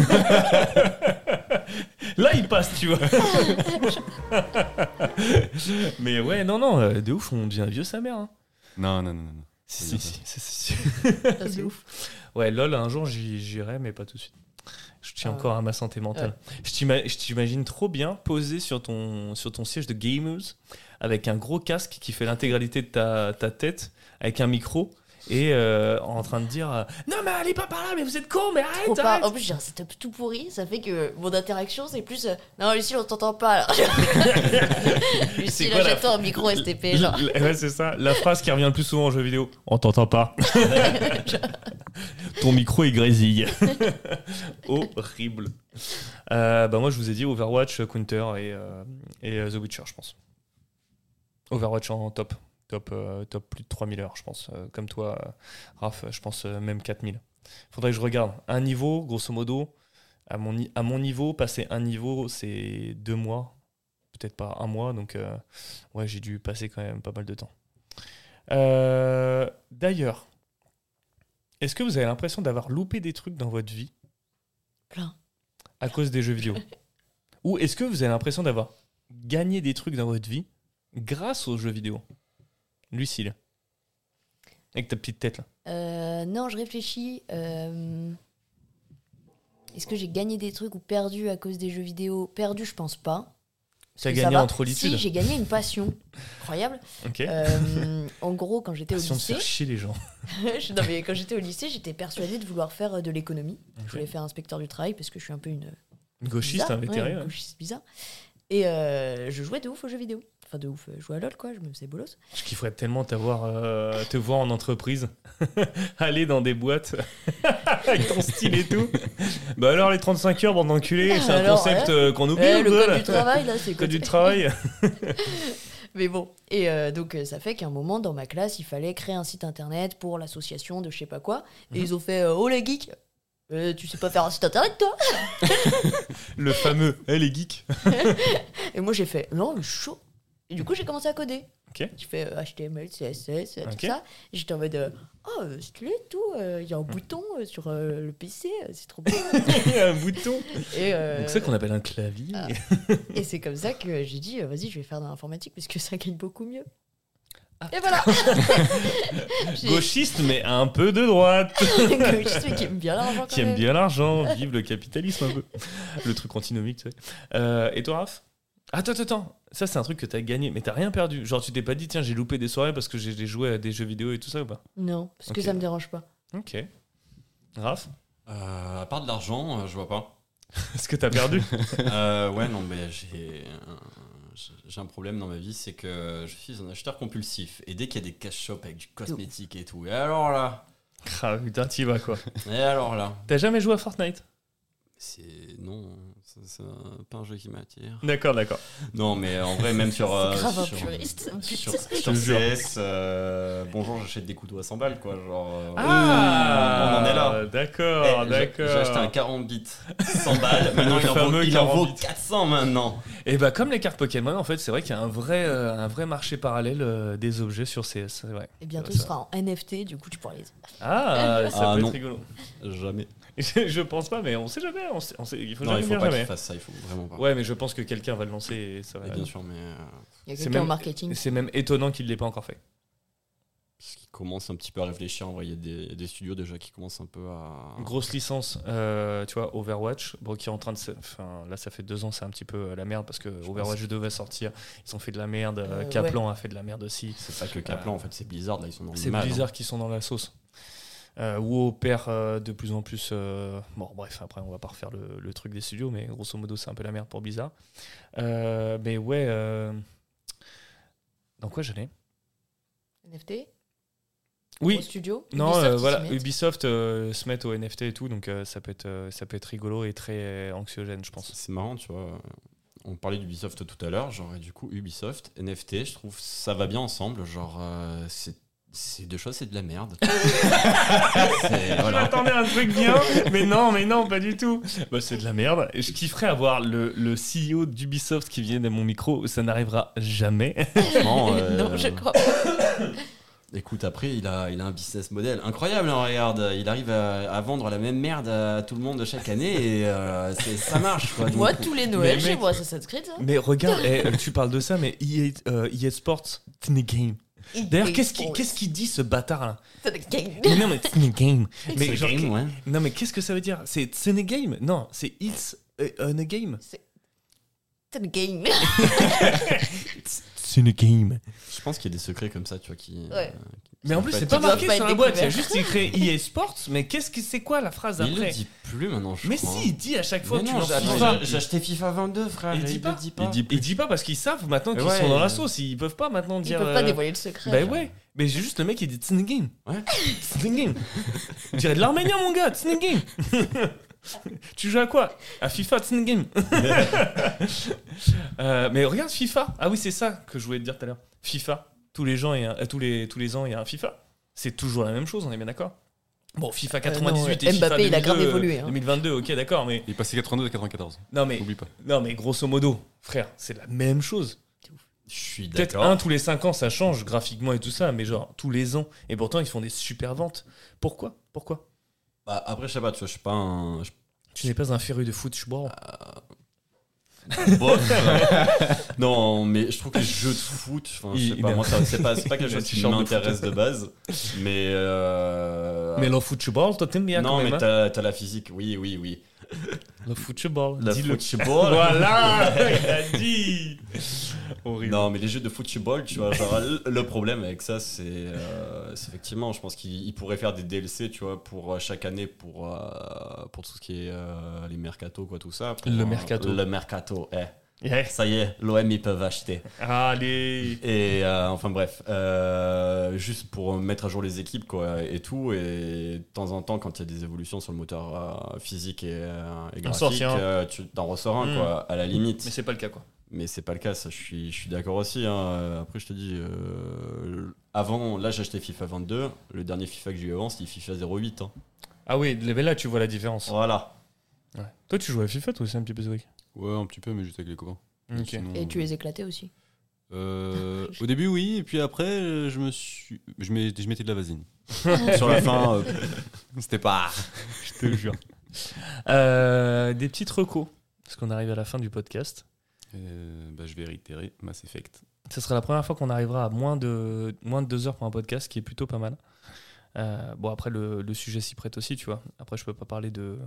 [SPEAKER 3] Là, il passe, tu vois. Mais ouais, non, non, euh, de ouf, on devient vieux sa mère. hein.
[SPEAKER 5] Non, non, non, non. non.
[SPEAKER 3] Si, si, si, si, si, si.
[SPEAKER 2] Ça, c'est
[SPEAKER 3] De
[SPEAKER 2] ouf.
[SPEAKER 3] Ouais, lol, un jour j'y- j'irai, mais pas tout de suite. Je tiens
[SPEAKER 2] Ah ouais.
[SPEAKER 3] encore à ma santé mentale. Je t'ima- Je t'imagine trop bien posé sur ton, sur ton siège de gamers avec un gros casque qui fait l'intégralité de ta, ta tête, avec un micro et euh, en train de dire euh, Non, mais allez pas par là, mais vous êtes con, mais
[SPEAKER 2] Trop
[SPEAKER 3] arrête,
[SPEAKER 2] pas-
[SPEAKER 3] arrête
[SPEAKER 2] En plus, j'ai un setup tout pourri, ça fait que mon interaction, c'est plus. euh, non, Lucille, on t'entend pas. alors.
[SPEAKER 3] [LAUGHS]
[SPEAKER 2] Lucille,
[SPEAKER 3] quoi la-
[SPEAKER 2] j'attends un
[SPEAKER 3] [LAUGHS]
[SPEAKER 2] micro STP. Genre.
[SPEAKER 3] L- Ouais, c'est ça. La phrase qui revient le plus souvent en jeu vidéo. On t'entend pas.
[SPEAKER 2] [LAUGHS]
[SPEAKER 3] Ton micro est grésille. [LAUGHS] Horrible. Euh, bah moi, je vous ai dit Overwatch, Counter et, euh, et euh, The Witcher, je pense. Overwatch en top. Top, euh, top plus de 3000 heures, je pense. Euh, comme toi, euh, Raph, je pense euh, même 4000. Faudrait que je regarde. Un niveau, grosso modo, à mon, ni- à mon niveau, passer un niveau, c'est deux mois. Peut-être pas un mois, donc... euh, Ouais, j'ai dû passer quand même pas mal de temps. Euh, D'ailleurs, est-ce que vous avez l'impression d'avoir loupé des trucs dans votre vie
[SPEAKER 2] Plein.
[SPEAKER 3] à cause des jeux vidéo
[SPEAKER 2] [LAUGHS]
[SPEAKER 3] Ou est-ce que vous avez l'impression d'avoir gagné des trucs dans votre vie grâce aux jeux vidéo Lucille, avec ta petite tête là.
[SPEAKER 2] Euh, non, je réfléchis. euh, Est-ce que j'ai gagné des trucs ou perdu à cause des jeux vidéo Perdu, je pense pas.
[SPEAKER 3] T'as
[SPEAKER 2] Ça
[SPEAKER 3] gagné
[SPEAKER 2] va.
[SPEAKER 3] en trollitude.
[SPEAKER 2] Si, j'ai gagné une passion. Incroyable.
[SPEAKER 3] Ok.
[SPEAKER 2] Euh, en gros, quand j'étais au
[SPEAKER 3] Passion de
[SPEAKER 2] lycée,
[SPEAKER 3] faire chier les gens.
[SPEAKER 2] [LAUGHS] je- non, mais quand j'étais au lycée, j'étais persuadée de vouloir faire euh, de l'économie. Je voulais faire inspecteur du travail parce que je suis un peu une
[SPEAKER 3] Gauchiste,
[SPEAKER 2] bizarre,
[SPEAKER 3] hein, invétéré.
[SPEAKER 2] ouais,
[SPEAKER 3] ouais.
[SPEAKER 2] gauchiste bizarre. Et euh, je jouais de ouf aux jeux vidéo. Enfin, de ouf, euh, je jouais à LoL, quoi, je me faisais bolos.
[SPEAKER 3] Je kifferais tellement t'avoir, euh, te voir en entreprise, [LAUGHS] aller dans des boîtes [LAUGHS] avec ton style et tout. bah alors les 35 heures, bande d'enculés, c'est un
[SPEAKER 2] Alors,
[SPEAKER 3] concept euh, qu'on oublie.
[SPEAKER 2] Eh,
[SPEAKER 3] ou
[SPEAKER 2] le
[SPEAKER 3] quoi,
[SPEAKER 2] code
[SPEAKER 3] là
[SPEAKER 2] du travail, là, c'est
[SPEAKER 3] Le code du
[SPEAKER 2] côté-
[SPEAKER 3] travail.
[SPEAKER 2] Mais bon, et euh, donc euh, ça fait qu'à un moment dans ma classe, il fallait créer un site internet pour l'association de je sais pas quoi. Et
[SPEAKER 3] Mhm.
[SPEAKER 2] ils ont fait euh, Oh les geeks euh, tu sais pas faire un site internet toi
[SPEAKER 3] le fameux, eh, elle est geek. [LAUGHS]
[SPEAKER 2] Et moi j'ai fait non mais chaud Et du coup j'ai commencé à coder.
[SPEAKER 3] Ok.
[SPEAKER 2] J'ai fait euh, HTML, CSS, euh,
[SPEAKER 3] Ok.
[SPEAKER 2] tout ça. Et J'étais en mode euh, Oh euh, stylé tout, euh, il y a un
[SPEAKER 3] Mhm.
[SPEAKER 2] bouton euh, sur euh, le PC, euh, c'est
[SPEAKER 3] [LAUGHS]
[SPEAKER 2] trop bien.
[SPEAKER 3] Il y a un bouton.
[SPEAKER 2] et, euh,
[SPEAKER 3] Donc c'est ça qu'on appelle un clavier. [LAUGHS]
[SPEAKER 2] Ah. et c'est comme ça que j'ai dit euh, Vas-y je vais faire de l'informatique parce que ça gagne beaucoup mieux.
[SPEAKER 3] Ah.
[SPEAKER 2] Et
[SPEAKER 3] [LAUGHS]
[SPEAKER 2] voilà [LAUGHS] J'ai-
[SPEAKER 3] Gauchiste, mais un peu de droite.
[SPEAKER 2] Gauchiste, mais qui aime bien l'argent quand
[SPEAKER 3] Qui aime
[SPEAKER 2] même.
[SPEAKER 3] bien l'argent, vive le capitalisme un peu. Le truc antinomique, tu sais. Euh, et toi, Raph Attends, attends, attends. Ça, c'est un truc que t'as gagné, mais t'as rien perdu. Genre, tu t'es pas dit, tiens, j'ai loupé des soirées parce que j'ai j'ai joué à des jeux vidéo et tout ça ou pas
[SPEAKER 2] Non, parce
[SPEAKER 3] Ok.
[SPEAKER 2] que ça me dérange pas.
[SPEAKER 3] Ok. Raph, [LAUGHS]
[SPEAKER 4] Euh, à part de l'argent, euh, je vois pas.
[SPEAKER 3] est-ce que t'as [LAUGHS] perdu
[SPEAKER 4] Euh, ouais, non, mais j'ai un, j'ai un problème dans ma vie, c'est que je suis un acheteur compulsif. Et dès qu'il y a des cash shops avec du cosmétique et tout, et alors là,
[SPEAKER 3] Ah putain, t'y vas quoi.
[SPEAKER 4] Et alors là
[SPEAKER 3] T'as jamais joué à Fortnite
[SPEAKER 4] C'est. Non, ça- c'est un- pas un jeu qui m'attire.
[SPEAKER 3] D'accord, d'accord.
[SPEAKER 4] Non, mais en vrai, même sur. euh,
[SPEAKER 2] C'est grave un
[SPEAKER 4] sur-
[SPEAKER 2] puriste. [LAUGHS]
[SPEAKER 4] Sur,
[SPEAKER 2] putain.
[SPEAKER 4] sur
[SPEAKER 3] Je te
[SPEAKER 4] CS, euh, bonjour, j'achète des couteaux à 100 balles, quoi. Genre, euh,
[SPEAKER 3] Ah,
[SPEAKER 4] on en est là.
[SPEAKER 3] D'accord,
[SPEAKER 4] Eh, j'ai-
[SPEAKER 3] Ah, d'accord.
[SPEAKER 4] J'ai acheté un 40 bits, 100
[SPEAKER 3] [LAUGHS]
[SPEAKER 4] balles. Maintenant,
[SPEAKER 3] Le
[SPEAKER 4] il en vaut,
[SPEAKER 3] fameux
[SPEAKER 4] il en
[SPEAKER 3] 40
[SPEAKER 4] vaut 400 maintenant.
[SPEAKER 3] Et bah comme les cartes Pokémon, en fait, c'est vrai qu'il y a un vrai, euh, un vrai marché parallèle euh, des objets sur CS. C'est vrai.
[SPEAKER 2] Et bientôt,
[SPEAKER 3] Ça.
[SPEAKER 2] ce sera en NFT, du coup, tu pourras les.
[SPEAKER 3] Ah, ça
[SPEAKER 4] Ah,
[SPEAKER 3] peut
[SPEAKER 4] non.
[SPEAKER 3] être rigolo. [LAUGHS]
[SPEAKER 4] Jamais.
[SPEAKER 3] Je je pense pas, mais on sait jamais. On sait- on sait- il faut
[SPEAKER 4] Non,
[SPEAKER 3] jamais
[SPEAKER 4] il faut
[SPEAKER 3] dire
[SPEAKER 4] pas
[SPEAKER 3] jamais.
[SPEAKER 4] qu'il fasse ça, il faut vraiment pas.
[SPEAKER 3] Ouais, mais je pense que quelqu'un va le lancer et ça va.
[SPEAKER 4] Et bien sûr, mais. euh,
[SPEAKER 2] Il y a
[SPEAKER 3] C'est
[SPEAKER 2] quelqu'un
[SPEAKER 3] même-
[SPEAKER 2] en marketing.
[SPEAKER 3] C'est même étonnant qu'il l'ait pas encore fait.
[SPEAKER 4] parce qu'ils commencent un petit peu à réfléchir. En vrai, il y a des, il y a des studios déjà qui commencent un peu à.
[SPEAKER 3] Grosse licence, euh, tu vois, Overwatch, bon, qui est en train de. se- Enfin, là, ça fait deux ans, c'est un petit peu euh, la merde parce que Overwatch devait sortir. Ils ont fait de la merde. euh,
[SPEAKER 2] Euh,
[SPEAKER 3] Kaplan a fait de la merde aussi.
[SPEAKER 4] C'est pas que Kaplan, en fait, c'est Blizzard, là, ils sont dans
[SPEAKER 3] C'est
[SPEAKER 4] le mal. hein.
[SPEAKER 3] Blizzard qui sont dans la sauce. Euh, WoW perd euh, de plus en plus. euh, Bon, bref, après, on va pas refaire le, le truc des studios, mais grosso modo, c'est un peu la merde pour Blizzard. Euh, mais ouais. euh, Dans quoi j'allais
[SPEAKER 2] NFT
[SPEAKER 3] Oui,
[SPEAKER 2] Au studio
[SPEAKER 3] Non,
[SPEAKER 2] Ubisoft,
[SPEAKER 3] euh,
[SPEAKER 2] ils s'y
[SPEAKER 3] voilà,
[SPEAKER 2] mettent.
[SPEAKER 3] Ubisoft euh, se met au NFT et tout, donc euh, ça, peut être, euh, ça peut être rigolo et très euh, anxiogène, je pense.
[SPEAKER 4] C'est marrant, tu vois. On parlait d'Ubisoft tout à l'heure, genre, et du coup, Ubisoft, NFT, je trouve ça va bien ensemble. Genre, euh, c'est c'est deux choses, c'est de la merde.
[SPEAKER 2] [LAUGHS]
[SPEAKER 4] C'est- voilà.
[SPEAKER 3] J'attendais un truc bien, mais non, mais non, pas du tout. Bah, c'est de la merde. Et Je kifferais avoir le, le CEO d'Ubisoft qui vienne à mon micro, ça n'arrivera jamais.
[SPEAKER 4] Franchement,
[SPEAKER 2] [LAUGHS] [LAUGHS]
[SPEAKER 4] euh,
[SPEAKER 2] non, je crois pas.
[SPEAKER 4] Écoute, après, il a, il a un business model incroyable, hein, regarde. Il arrive à, à vendre la même merde à tout le monde chaque année et euh, c'est- ça
[SPEAKER 3] [LAUGHS]
[SPEAKER 4] marche. Quoi, donc.
[SPEAKER 2] Moi, tous les
[SPEAKER 3] Mais
[SPEAKER 2] Noëls,
[SPEAKER 3] mec-
[SPEAKER 2] chez moi, Assassin's Creed. hein. ça.
[SPEAKER 3] Mais regarde, eh, tu parles de ça, mais EA, euh, EA Sports, it's in the game. [LAUGHS] D'ailleurs, qu'est-ce qu'il qu'est-ce qu'il dit ce bâtard là Mais non, mais it's in the game. Mais
[SPEAKER 4] C'est
[SPEAKER 3] genre,
[SPEAKER 4] game, ouais.
[SPEAKER 3] Non, mais qu'est-ce que ça veut dire C'est it's in a game Non, c'est it's euh, on a game.
[SPEAKER 2] C'est le game.
[SPEAKER 3] It's, it's in a game.
[SPEAKER 4] Je pense qu'il y a des secrets comme ça, tu vois, qui.
[SPEAKER 2] Ouais.
[SPEAKER 4] qui
[SPEAKER 3] Mais en
[SPEAKER 4] sont
[SPEAKER 3] plus,
[SPEAKER 4] pas
[SPEAKER 3] c'est
[SPEAKER 4] dit.
[SPEAKER 3] pas
[SPEAKER 2] Qui doivent
[SPEAKER 3] marqué
[SPEAKER 2] pas
[SPEAKER 3] sur
[SPEAKER 2] être
[SPEAKER 3] la boîte, il y a
[SPEAKER 2] découverts.
[SPEAKER 3] juste écrit EA Sports, mais qu'est-ce que c'est quoi la phrase
[SPEAKER 4] Mais il le
[SPEAKER 3] après
[SPEAKER 4] dit plus maintenant, je
[SPEAKER 3] Mais
[SPEAKER 4] crois. hein.
[SPEAKER 3] si, il dit à chaque fois
[SPEAKER 4] Mais
[SPEAKER 3] que
[SPEAKER 4] non,
[SPEAKER 3] tu
[SPEAKER 4] j'ai
[SPEAKER 3] lances
[SPEAKER 4] attends,
[SPEAKER 3] FIFA.
[SPEAKER 4] j'ai- j'ai acheté FIFA 22, frère.
[SPEAKER 3] Il dit pas.
[SPEAKER 4] le dit pas.
[SPEAKER 3] Ils disent pas parce qu'ils savent maintenant qu'ils
[SPEAKER 4] Ouais.
[SPEAKER 3] sont dans la sauce, ils peuvent pas maintenant
[SPEAKER 2] Ils
[SPEAKER 3] dire.
[SPEAKER 2] peuvent pas
[SPEAKER 3] euh,
[SPEAKER 2] dévoiler le secret.
[SPEAKER 3] Bah ouais, mais j'ai juste le mec qui dit It's in the game.
[SPEAKER 4] Ouais.
[SPEAKER 3] It's in the game. [LAUGHS] On dirait de l'Arménien, mon gars, It's in the game. [LAUGHS] tu joues à quoi À FIFA, It's in the game. [LAUGHS] Euh, mais regarde FIFA. Ah oui, c'est ça que je voulais te dire tout à l'heure. FIFA, tous les, gens, il y a un- euh, tous, les, tous les ans, il y a un FIFA. C'est toujours la même chose, on est bien d'accord Bon, FIFA 98
[SPEAKER 2] Euh, non,
[SPEAKER 3] et FIFA
[SPEAKER 2] Mbappé, il a
[SPEAKER 3] 2002,
[SPEAKER 2] grave évolué, hein.
[SPEAKER 3] 2022, ok, d'accord, mais
[SPEAKER 5] Il est passé 82 à 94,
[SPEAKER 3] non mais
[SPEAKER 5] n'oublie pas.
[SPEAKER 3] non mais grosso modo, frère, c'est la même chose.
[SPEAKER 4] Je suis
[SPEAKER 3] Peut-être
[SPEAKER 4] d'accord.
[SPEAKER 3] un tous les 5 ans, ça change graphiquement et tout ça, mais genre tous les ans. Et pourtant, ils font des super ventes. Pourquoi Pourquoi
[SPEAKER 4] Bah, après, je sais pas, tu vois, je suis pas un. je-
[SPEAKER 3] Tu n'es pas un féru de foot, je suis bon.
[SPEAKER 4] Bof. hein.
[SPEAKER 3] [LAUGHS]
[SPEAKER 4] non, mais je trouve que les jeux de foot, enfin, je
[SPEAKER 3] Il-
[SPEAKER 4] sais
[SPEAKER 3] il
[SPEAKER 4] pas,
[SPEAKER 3] est-
[SPEAKER 4] moi, ça- c'est pas,
[SPEAKER 3] [LAUGHS]
[SPEAKER 4] c'est pas quelque chose
[SPEAKER 3] Tu
[SPEAKER 4] qui
[SPEAKER 3] chantes de
[SPEAKER 4] m'intéresse de base, mais. euh,
[SPEAKER 3] Mais le football, toi, t'aimes bien
[SPEAKER 4] non,
[SPEAKER 3] quand même.
[SPEAKER 4] mais
[SPEAKER 3] hein.
[SPEAKER 4] t'as t'as la physique, oui, oui, oui.
[SPEAKER 3] le football.
[SPEAKER 4] Le
[SPEAKER 3] dis-le.
[SPEAKER 4] football.
[SPEAKER 3] [LAUGHS] Voilà, il a dit. Horrible.
[SPEAKER 4] Non, mais les jeux de football, tu vois, genre, le- le problème avec ça, c'est euh, c'est effectivement, je pense qu'ils ils pourraient faire des DLC, tu vois, pour euh, chaque année, pour, euh, pour tout ce qui est euh, les mercato, quoi, tout ça. pour,
[SPEAKER 3] Le
[SPEAKER 4] euh,
[SPEAKER 3] mercato.
[SPEAKER 4] le mercato, eh.
[SPEAKER 3] Yes.
[SPEAKER 4] Ça y est, l'OM, ils peuvent acheter.
[SPEAKER 3] Allez.
[SPEAKER 4] Et euh, enfin bref, euh, juste pour mettre à jour les équipes quoi, et tout, et de temps en temps quand il y a des évolutions sur le moteur euh, physique et, euh, et
[SPEAKER 3] On sort,
[SPEAKER 4] graphique,
[SPEAKER 3] tiens.
[SPEAKER 4] euh, tu t'en ressors un
[SPEAKER 3] Mm.
[SPEAKER 4] quoi, à la
[SPEAKER 3] Mais
[SPEAKER 4] limite.
[SPEAKER 3] c'est pas le cas, quoi.
[SPEAKER 4] Mais c'est pas le cas, ça je suis, je suis d'accord aussi. hein. Euh, Après je te dis, euh, avant, là j'ai acheté FIFA 22, le dernier FIFA que j'ai eu avant c'était FIFA 08. hein.
[SPEAKER 3] Ah oui, mais là, tu vois la différence.
[SPEAKER 4] Voilà.
[SPEAKER 3] Toi, tu joues à FIFA, toi aussi, un petit peu, Zoé
[SPEAKER 5] Ouais, un petit peu, mais juste avec les copains.
[SPEAKER 3] Ok.
[SPEAKER 5] Sinon,
[SPEAKER 2] Et tu les éclatais
[SPEAKER 3] [LAUGHS]
[SPEAKER 2] aussi. [LAUGHS]
[SPEAKER 5] euh, Au début, oui, et puis après, euh, je me suis. Je, mets- je mettais de
[SPEAKER 3] [LAUGHS]
[SPEAKER 5] la vasine. Sur la fin, euh, c'était pas.
[SPEAKER 3] Je te jure. [LAUGHS] Euh, des petites recos, parce qu'on arrive à la fin du podcast.
[SPEAKER 5] Euh, bah, je vais réitérer Mass Effect.
[SPEAKER 3] Ce sera la première fois qu'on arrivera à moins de, moins de deux heures pour un podcast, ce qui est plutôt pas mal. Euh, bon, après, le, le sujet s'y prête aussi, tu vois. Après, je peux pas parler de,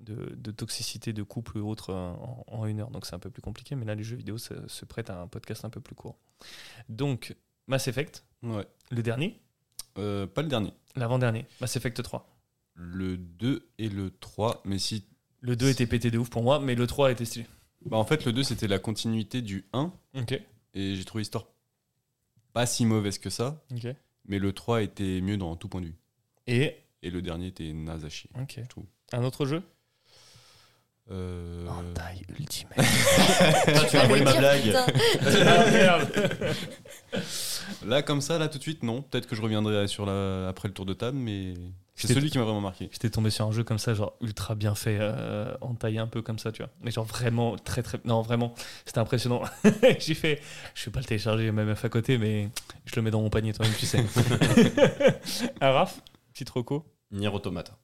[SPEAKER 3] de, de toxicité de couple ou autre euh, en, en une heure, donc c'est un peu plus compliqué. Mais là, les jeux vidéo ça se prêtent à un podcast un peu plus court. Donc, Mass Effect,
[SPEAKER 5] Ouais.
[SPEAKER 3] le dernier,
[SPEAKER 5] Euh, pas le dernier.
[SPEAKER 3] l'avant-dernier, Mass Effect 3.
[SPEAKER 5] Le 2 et le 3, mais si.
[SPEAKER 3] Le 2 était pété de ouf pour moi, mais le 3 était stylé.
[SPEAKER 5] Bah, en fait, le 2, c'était la continuité du 1,
[SPEAKER 3] Ok,
[SPEAKER 5] et j'ai trouvé l'histoire pas si mauvaise que ça,
[SPEAKER 3] ok.
[SPEAKER 5] mais le 3 était mieux dans tout point de vue.
[SPEAKER 3] Et
[SPEAKER 5] Et le dernier était naze à chier.
[SPEAKER 3] Ok.
[SPEAKER 5] Je trouve.
[SPEAKER 3] Un autre jeu
[SPEAKER 5] Euh,
[SPEAKER 3] Hentai Ultimate.
[SPEAKER 4] tu as envoyé ma blague.
[SPEAKER 2] Ah, putain.
[SPEAKER 3] Ah,
[SPEAKER 5] Là, comme ça, là, tout de suite, non. Peut-être que je reviendrai sur la... après le tour de table, mais c'est
[SPEAKER 3] t'ai-
[SPEAKER 5] celui qui m'a vraiment marqué.
[SPEAKER 3] J'étais tombé sur un jeu comme ça, genre ultra bien fait, euh, entaillé un peu comme ça, tu vois. Mais genre vraiment très très. Non, vraiment, c'était impressionnant. [LAUGHS] J'ai fait. Je vais pas le télécharger, ma meuf à côté, mais je le mets dans mon panier toi-même, tu
[SPEAKER 4] [LAUGHS]
[SPEAKER 3] sais. ah, Raph, petit troco. [LAUGHS]
[SPEAKER 4] Nier Automata.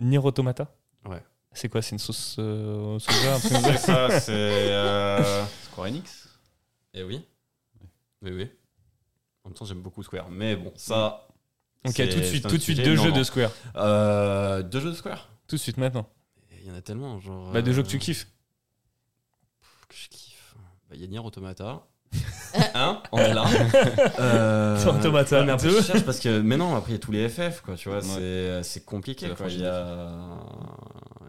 [SPEAKER 3] Nier Automata
[SPEAKER 4] Ouais.
[SPEAKER 3] C'est quoi C'est une sauce euh, au soja un peu
[SPEAKER 4] [LAUGHS]
[SPEAKER 5] C'est ça, c'est. euh, Square Enix
[SPEAKER 4] Eh oui. Oui, oui. En même temps, j'aime beaucoup Square. Mais bon, ça.
[SPEAKER 3] Ok,
[SPEAKER 4] c'est-
[SPEAKER 3] tout de
[SPEAKER 4] c'est
[SPEAKER 3] suite,
[SPEAKER 4] un
[SPEAKER 3] tout de suite,
[SPEAKER 4] sujet,
[SPEAKER 3] deux
[SPEAKER 4] non,
[SPEAKER 3] jeux
[SPEAKER 4] non.
[SPEAKER 3] de Square.
[SPEAKER 4] Euh, deux jeux de Square.
[SPEAKER 3] Tout de suite, maintenant.
[SPEAKER 4] Il y en a tellement, genre.
[SPEAKER 3] Bah, deux
[SPEAKER 4] euh,
[SPEAKER 3] jeux que tu kiffes.
[SPEAKER 4] que je kiffe. Bah, y a Nier Automata. [LAUGHS] hein On
[SPEAKER 3] [LAUGHS]
[SPEAKER 4] est là. euh...
[SPEAKER 3] Nier Automata
[SPEAKER 4] ouais, mais après,
[SPEAKER 3] deux.
[SPEAKER 4] je cherche parce que mais non, après il y a tous les FF quoi, tu vois,
[SPEAKER 5] Ouais.
[SPEAKER 4] c'est- euh, c'est compliqué
[SPEAKER 5] C'est la
[SPEAKER 4] quoi. Il y a